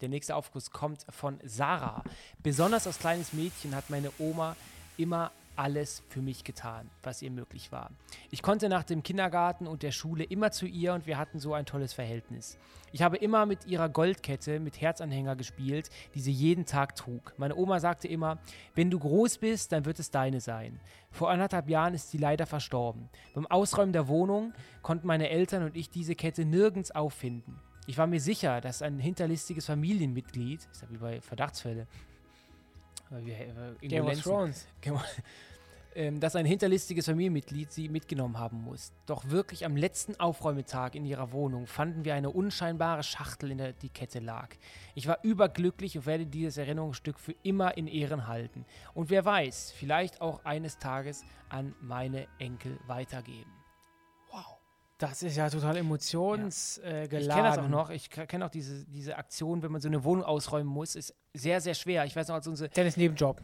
S2: Der nächste Aufguss kommt von Sarah. Besonders als kleines Mädchen hat meine Oma immer alles für mich getan, was ihr möglich war. Ich konnte nach dem Kindergarten und der Schule immer zu ihr und wir hatten so ein tolles Verhältnis. Ich habe immer mit ihrer Goldkette mit Herzanhänger gespielt, die sie jeden Tag trug. Meine Oma sagte immer, wenn du groß bist, dann wird es deine sein. Vor anderthalb Jahren ist sie leider verstorben. Beim Ausräumen der Wohnung konnten meine Eltern und ich diese Kette nirgends auffinden. Ich war mir sicher, dass ein hinterlistiges Familienmitglied, ist ja wie bei Verdachtsfälle, weil wir, äh,
S1: Game of
S2: Indolenzen-
S1: Thrones.
S2: Genau. Ähm, dass ein hinterlistiges Familienmitglied sie mitgenommen haben muss. Doch wirklich am letzten Aufräumetag in ihrer Wohnung fanden wir eine unscheinbare Schachtel, in der die Kette lag. Ich war überglücklich und werde dieses Erinnerungsstück für immer in Ehren halten. Und wer weiß, vielleicht auch eines Tages an meine Enkel weitergeben.
S1: Das ist ja total emotionsgeladen. Äh,
S2: Ich kenne das auch noch. Ich k- kenne auch diese, diese Aktion, wenn man so eine Wohnung ausräumen muss. Ist sehr, sehr schwer. Ich weiß noch, als unsere
S1: Dennis Nebenjob.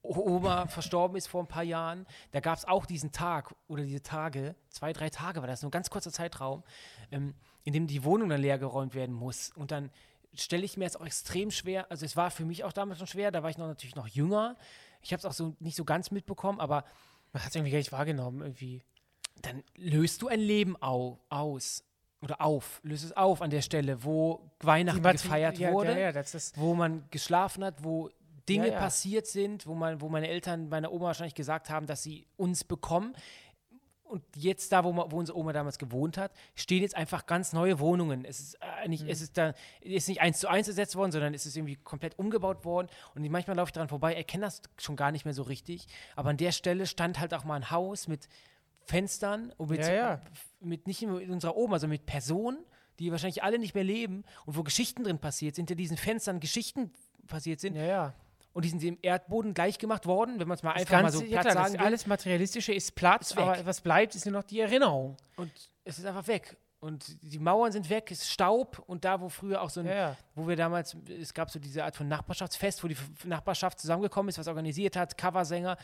S2: Oma verstorben ist vor ein paar Jahren. Da gab es auch diesen Tag oder diese Tage, zwei, drei Tage war das, nur ein ganz kurzer Zeitraum, ähm, in dem die Wohnung dann leer geräumt werden muss. Und dann stelle ich mir jetzt auch extrem schwer, also es war für mich auch damals schon schwer, da war ich noch natürlich noch jünger. Ich habe es auch so nicht so ganz mitbekommen, aber
S1: Man hat es irgendwie gar nicht wahrgenommen, irgendwie.
S2: dann löst du ein Leben au, aus oder auf, löst es auf an der Stelle, wo Weihnachten
S1: Matri-
S2: gefeiert
S1: ja,
S2: wurde
S1: Ja, ja, das ist.
S2: wo man geschlafen hat, wo Dinge
S1: Ja, ja.
S2: passiert sind, wo, man, wo meine Eltern meiner Oma wahrscheinlich gesagt haben, dass sie uns bekommen. Und jetzt da, wo, ma- wo unsere Oma damals gewohnt hat, stehen jetzt einfach ganz neue Wohnungen. Es ist, äh,
S1: Mhm.
S2: nicht, es ist, da, es ist nicht eins zu eins ersetzt worden, sondern es ist irgendwie komplett umgebaut worden. Und ich- manchmal laufe ich dran vorbei, erkenne das schon gar nicht mehr so richtig. Aber an der Stelle stand halt auch mal ein Haus mit Fenstern und mit,
S1: Ja, ja.
S2: mit nicht nur mit unserer Oma, sondern mit Personen, die wahrscheinlich alle nicht mehr leben und wo Geschichten drin passiert sind, hinter diesen Fenstern Geschichten passiert sind
S1: Ja, ja.
S2: und die sind dem Erdboden gleichgemacht worden, wenn man es mal
S1: Das
S2: einfach mal so
S1: ja,
S2: platt
S1: klar, das
S2: sagen will.
S1: alles Materialistische ist Platz,
S2: Ist weg.
S1: aber was bleibt, ist nur noch die Erinnerung.
S2: Und es ist einfach weg. Und die Mauern sind weg, es ist Staub und da, wo früher auch so ein,
S1: Ja, ja.
S2: wo wir damals, es gab so diese Art von Nachbarschaftsfest, wo die F- Nachbarschaft zusammengekommen ist, was organisiert hat, Coversänger,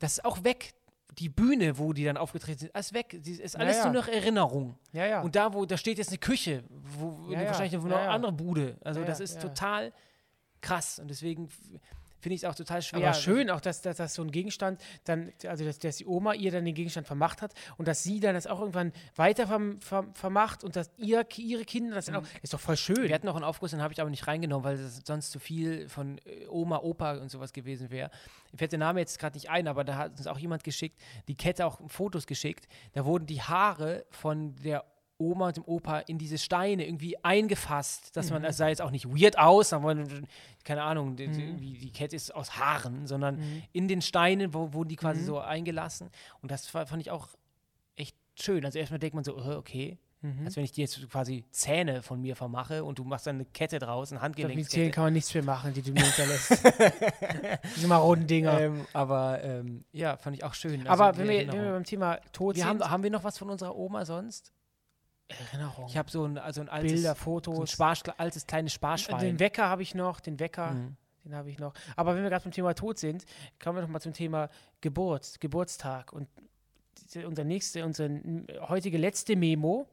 S2: das ist auch weg. Die Bühne, wo die dann aufgetreten sind, alles weg. Die- Ist alles
S1: ja.
S2: nur noch Erinnerung.
S1: Ja, ja.
S2: Und da, wo, da steht jetzt eine Küche, wo
S1: Ja, ja.
S2: wahrscheinlich eine
S1: Ja, ja.
S2: andere Bude. Also
S1: Ja,
S2: das
S1: ja,
S2: ist
S1: ja.
S2: total krass. Und deswegen f- finde ich es auch total schwer.
S1: Aber schön auch, dass, dass, dass so ein Gegenstand dann, also dass, dass die Oma ihr dann den Gegenstand vermacht hat und dass sie dann das auch irgendwann weiter verm, verm, vermacht und dass ihr, ihre Kinder das dann auch, ist doch voll schön.
S2: Mhm. Wir hatten noch einen Aufguss, den habe ich aber nicht reingenommen, weil das sonst zu viel von äh, Oma, Opa und sowas gewesen wäre. Mir fällt der Name jetzt gerade nicht ein, aber da hat uns auch jemand geschickt, die Kette auch Fotos geschickt. Da wurden die Haare von der Oma und dem Opa in diese Steine irgendwie eingefasst, dass
S1: Mhm.
S2: man, das sah jetzt auch nicht weird aus, aber keine Ahnung, die, die-
S1: Mhm.
S2: irgendwie die Kette ist aus Haaren, sondern in den Steinen wo, wurden die
S1: Mhm.
S2: quasi so eingelassen. Und das fa- fand ich auch echt schön. Also erstmal denkt man so, äh, okay,
S1: Mhm.
S2: als wenn ich dir jetzt quasi Zähne von mir vermache und du machst dann eine Kette draus, ein
S1: Mit Zähnen
S2: Handgelenkskette.
S1: kann man nichts mehr machen, die du mir hinterlässt. Diese maroden Dinger.
S2: Ähm, aber ähm, ja, fand ich auch schön.
S1: aber
S2: Also
S1: wenn
S2: die
S1: wir, wenn
S2: Erinnerung.
S1: wir beim Thema Tod
S2: wir
S1: sind,
S2: haben, haben wir noch was von unserer Oma sonst?
S1: Erinnerung,
S2: Ich habe so ein, also ein altes,
S1: Bilder,
S2: so ein
S1: Fotos.
S2: Sparsch- altes kleines
S1: Äh, Den
S2: Sparschwein.
S1: Wecker habe ich noch, den Wecker,
S2: Mhm.
S1: den habe ich noch. Aber wenn wir gerade beim Thema Tod sind, kommen wir noch mal zum Thema Geburt, Geburtstag. Und diese- unser nächste, unsere n- heutige letzte Memo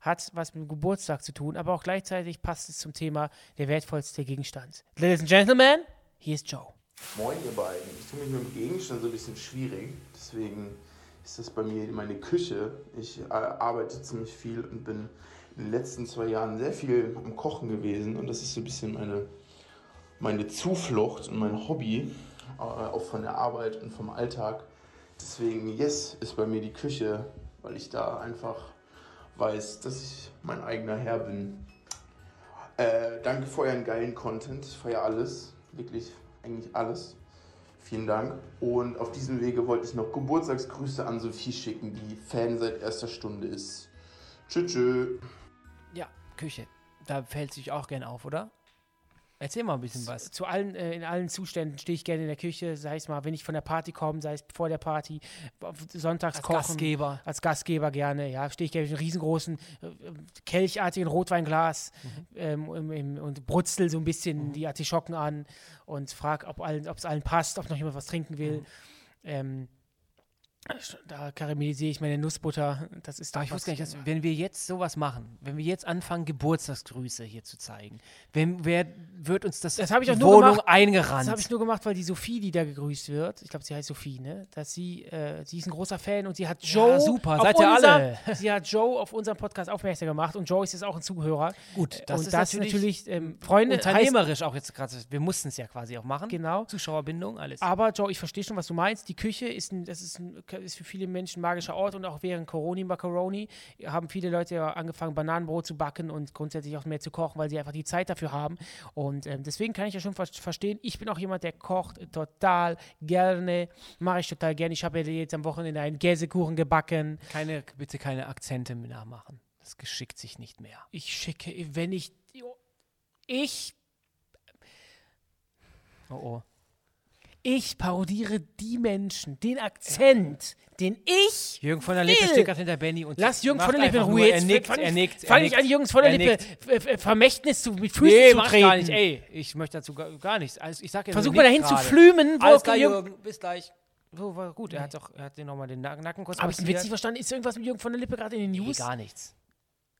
S1: hat was mit dem Geburtstag zu tun, aber auch gleichzeitig passt es zum Thema der wertvollste Gegenstand. Ladies and Gentlemen, hier ist Joe.
S6: Moin ihr beiden. Ich tue mich mit dem Gegenstand so ein bisschen schwierig. Deswegen ist das bei mir meine Küche. Ich äh, arbeite ziemlich viel und bin in den letzten zwei Jahren sehr viel am Kochen gewesen. Und das ist so ein bisschen meine, meine Zuflucht und mein Hobby, äh, auch von der Arbeit und vom Alltag. Deswegen, yes, ist bei mir die Küche, weil ich da einfach weiß, dass ich mein eigener Herr bin. Äh, danke für euren geilen Content. Ich feiere alles. Wirklich, eigentlich alles. Vielen Dank. Und auf diesem Wege wollte ich noch Geburtstagsgrüße an Sophie schicken, die Fan seit erster Stunde ist. Tschö, tschö.
S2: Ja, Küche. Da fällt sich auch gern auf, oder? Erzähl mal ein bisschen was.
S1: Zu allen, äh, in allen Zuständen stehe ich gerne in der Küche, sei es mal, wenn ich von der Party komme, sei es vor der Party, auf- sonntags
S2: Als
S1: kochen.
S2: Gastgeber.
S1: Als Gastgeber gerne, ja, stehe ich gerne mit einem riesengroßen, äh, äh, kelchartigen Rotweinglas
S2: Mhm.
S1: ähm, im, im, und brutzel so ein bisschen die Artischocken an und frage, ob allen, ob es allen passt, ob noch jemand was trinken
S2: Mhm.
S1: will. Ähm, da karamellisiere ich meine Nussbutter. Das ist doch
S2: Aber ich wusste gar nicht,
S1: was-
S2: dass, wenn wir jetzt sowas machen, wenn wir jetzt anfangen, Geburtstagsgrüße hier zu zeigen, wenn, wer wird uns das,
S1: Das habe ich
S2: die
S1: auch nur
S2: Wohnung
S1: gemacht.
S2: eingerannt?
S1: Das habe ich nur gemacht, weil die Sophie, die da gegrüßt wird, ich glaube, sie heißt Sophie, ne? Dass sie, äh, sie ist ein großer Fan und sie hat Joe.
S2: super,
S1: auf
S2: seid ihr
S1: unser-
S2: alle.
S1: Sie hat Joe auf unserem Podcast aufmerksam gemacht und Joe ist jetzt auch ein Zuhörer.
S2: Gut, das
S1: und
S2: ist
S1: das
S2: natürlich
S1: ist natürlich ähm, Freunde, heißt,
S2: Unternehmerisch auch jetzt gerade, wir mussten es ja quasi auch machen.
S1: genau.
S2: Zuschauerbindung, alles.
S1: Aber Joe, ich verstehe schon, was du meinst. Die Küche ist, ein, das ist, ein, ist für viele Menschen ein magischer Ort und auch während Corona Macaroni haben viele Leute ja angefangen, Bananenbrot zu backen und grundsätzlich auch mehr zu kochen, weil sie einfach die Zeit dafür haben. Und ähm, deswegen kann ich ja schon ver verstehen, ich bin auch jemand, der kocht total gerne. Mache ich total gerne. Ich habe ja jetzt am Wochenende einen Käsekuchen gebacken.
S2: Keine, bitte keine Akzente mehr nachmachen. Das geschickt sich nicht mehr.
S1: Ich schicke, wenn ich. Ich
S2: Oh oh.
S1: Ich parodiere die Menschen, den Akzent, den ich.
S2: Jürgen von der Lippe
S1: Will.
S2: steht gerade hinter Benny und
S1: Lass Jürgen
S2: macht
S1: von der Lippe in
S2: einfach
S1: Ruhe.
S2: nur- Er
S1: jetzt
S2: nickt,
S1: fang
S2: er
S1: ich-
S2: nickt.
S1: Fang
S2: er
S1: nicht
S2: nickt,
S1: an, Jürgen von der
S2: er
S1: Lippe
S2: nickt.
S1: F- F- Vermächtnis zu, mit Füßen
S2: Nee,
S1: zu
S2: mach gar
S1: treten.
S2: nicht. Ey, ich möchte dazu gar, gar nichts. Also, ich sag ja, nur,
S1: Versuch
S2: er
S1: mal dahin
S2: nickt
S1: zu
S2: gerade.
S1: flümen, wo
S2: Alles klar,
S1: Jürgen-
S2: Jürgen, bis gleich. So, war gut, er hat doch, er hat den nochmal den Nacken Nacken kurz
S1: Habe ich den Witz nicht
S2: massiert.
S1: verstanden? Ist irgendwas mit Jürgen von der Lippe gerade in den
S2: Nee,
S1: News?
S2: gar nichts.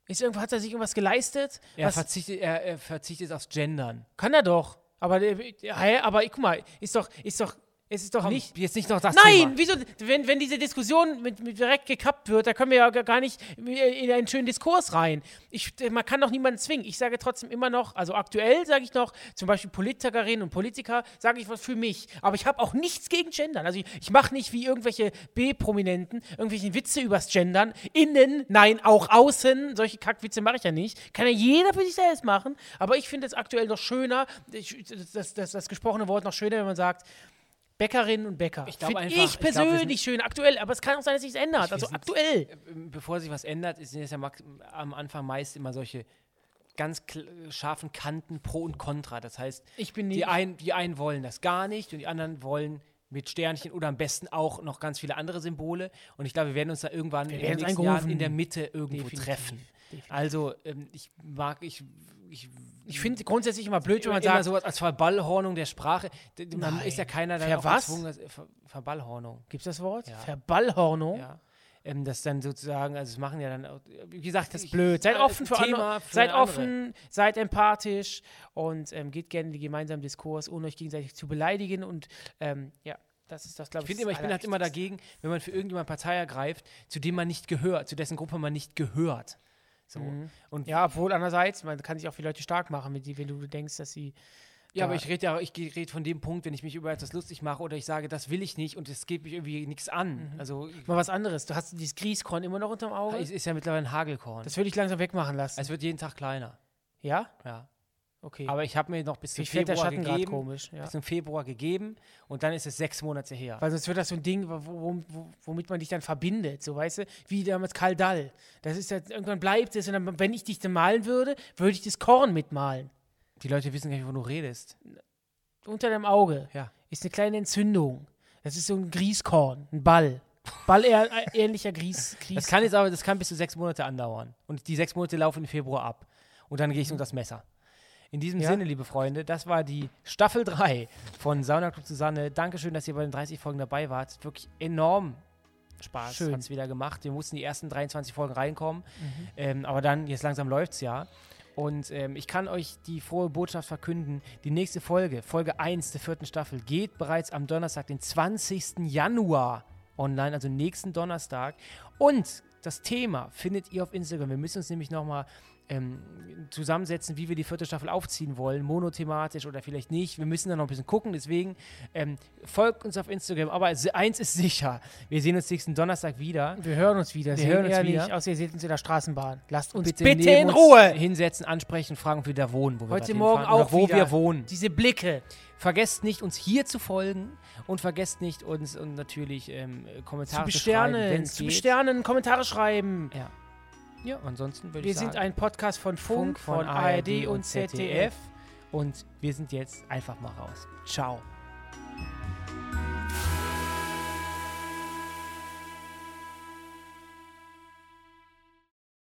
S1: Ist irgendwas, hat er sich irgendwas geleistet?
S2: Er
S1: Was-
S2: verzichtet, er, er verzichtet aufs Gendern.
S1: Kann er doch. Aber, äh, hä, aber guck mal, ist doch, ist doch, es ist doch
S2: Komm,
S1: nicht.
S2: jetzt nicht noch das
S1: Nein,
S2: Thema.
S1: wieso, wenn, wenn diese Diskussion mit, mit direkt gekappt wird, da können wir ja gar gar nicht in einen schönen Diskurs rein. Ich, man kann doch niemanden zwingen. Ich sage trotzdem immer noch, also aktuell sage ich noch, zum Beispiel Politikerinnen und Politiker, sage ich was für mich. Aber ich habe auch nichts gegen Gendern. Also ich, ich mache nicht wie irgendwelche B-Prominenten irgendwelche Witze übers Gendern. Innen, nein, auch außen. Solche Kackwitze mache ich ja nicht. Kann ja jeder für sich selbst machen. Aber ich finde es aktuell noch schöner, ich, das, das, das gesprochene Wort noch schöner, wenn man sagt, Bäckerinnen und Bäcker.
S2: Ich glaub
S1: Find
S2: einfach-
S1: ich
S2: ich glaub, wir
S1: persönlich
S2: sind-
S1: schön aktuell, aber es kann auch sein, dass sich es ändert. Also
S2: wir sind- äh,
S1: aktuell.
S2: Bevor sich was ändert, ist- sind es ja max- am Anfang meist immer solche ganz kl- scharfen Kanten pro und contra. Das heißt,
S1: Ich bin
S2: die
S1: nicht-
S2: einen, die einen wollen das gar nicht und die anderen wollen mit Sternchen oder am besten auch noch ganz viele andere Symbole. Und ich glaube, wir werden uns da irgendwann in den
S1: werden's
S2: nächsten
S1: eingerufen.
S2: Jahren in der Mitte irgendwo
S1: Definitiv.
S2: treffen. Also, ähm, ich mag, ich, ich,
S1: Ich finde grundsätzlich immer blöd, wenn man
S2: immer
S1: sagt,
S2: sowas als Verballhornung der Sprache. D- d- Man
S1: Nein.
S2: ist ja keiner dann
S1: Ver-
S2: auch
S1: was?
S2: gezwungen, das- äh, Ver Verballhornung.
S1: gibt es das Wort?
S2: Ja.
S1: Verballhornung.
S2: Ja. Ähm, das dann sozusagen, also es machen ja dann, auch, wie gesagt,
S1: Das
S2: das
S1: ist blöd. Seid offen für, andere, seid
S2: eine andere.
S1: offen, seid empathisch und ähm, geht gerne in den gemeinsamen Diskurs, ohne euch gegenseitig zu beleidigen. Und ähm, ja, das ist das, glaube
S2: Ich
S1: ich.
S2: finde immer, ich bin halt immer dagegen, wenn man für irgendjemanden Partei ergreift, zu dem man nicht gehört, zu dessen Gruppe man nicht gehört. So. Und ja,
S1: Ja, obwohl andererseits, man kann sich auch für Leute stark machen, wenn, die, wenn du denkst, dass sie.
S2: aber ich rede ja, ich rede von dem Punkt, wenn ich mich über etwas lustig mache oder ich sage, das will ich nicht und es geht mich irgendwie nichts an. Also ich-
S1: Mal was anderes. Du hast dieses Grießkorn immer noch unterm Auge.
S2: es ist ja mittlerweile ein Hagelkorn.
S1: Das würde ich langsam wegmachen lassen.
S2: es wird jeden Tag kleiner.
S1: ja?
S2: Ja.
S1: Okay.
S2: Aber ich habe mir noch bis zum
S1: ich finde der
S2: Februar
S1: Schatten gerade
S2: gegeben.
S1: komisch. Ja.
S2: Bis zum Februar gegeben und dann ist es sechs Monate her.
S1: Weil sonst wird das so ein Ding, wo, wo, wo- womit man dich dann verbindet, so weißt du, wie damals Karl Dall. Das ist ja, irgendwann bleibt es und dann, wenn ich dich dann malen würde, würde ich das Korn mitmalen.
S2: Die Leute wissen gar nicht, wo du redest.
S1: Unter deinem Auge
S2: Ja.
S1: ist eine kleine Entzündung. Das ist so ein Grießkorn, ein Ball. Ball eher, äh, ähnlicher Grieß,
S2: Das
S1: Grieß.
S2: kann jetzt aber, das kann bis zu sechs Monate andauern. Und die sechs Monate laufen im Februar ab. Und dann gehe ich unter das Messer. In diesem
S1: Mhm. Ja.
S2: Sinne, liebe Freunde, das war die Staffel 3 von Sauna Club Susanne. Dankeschön, dass ihr bei den 30 Folgen dabei wart. Wirklich enorm Spaß
S1: Schön. Mhm.
S2: hat es wieder gemacht. Wir mussten die ersten 23 Folgen reinkommen. Ähm, aber dann, jetzt langsam läuft es ja. Und ähm, ich kann euch die frohe Botschaft verkünden. Die nächste Folge, Folge 1 der vierten Staffel, geht bereits am Donnerstag, den 20. Januar online, also nächsten Donnerstag. Und das Thema findet ihr auf Instagram. Wir müssen uns nämlich nochmal ähm, zusammensetzen, wie wir die vierte Staffel aufziehen wollen, monothematisch oder vielleicht nicht. Wir müssen da noch ein bisschen gucken, deswegen ähm, folgt uns auf Instagram. Aber se- eins ist sicher, wir sehen uns nächsten Donnerstag wieder.
S1: Wir hören uns wieder.
S2: Wir
S1: sehen
S2: hören uns
S1: eher
S2: wieder.
S1: Nicht, außer ihr seht uns in der Straßenbahn. Lasst uns bitte,
S2: neben
S1: in
S2: uns
S1: Ruhe.
S2: hinsetzen, ansprechen, fragen, ob wir da wohnen, wo wir
S1: Heute
S2: gerade
S1: Morgen
S2: hinfahren oder
S1: auch
S2: wo
S1: wieder.
S2: wir wohnen.
S1: Diese Blicke.
S2: Vergesst nicht, uns hier zu folgen und vergesst nicht, uns und natürlich ähm, Kommentare
S1: Zu
S2: zu, schreiben,
S1: besternen.
S2: wenn's
S1: Zu
S2: geht.
S1: besternen. Kommentare schreiben.
S2: Ja. ja, ansonsten würde
S1: Wir
S2: ich sagen,
S1: sind ein Podcast von Funk,
S2: Funk
S1: von ARD und ZDF.
S2: und wir sind jetzt einfach mal raus. Ciao.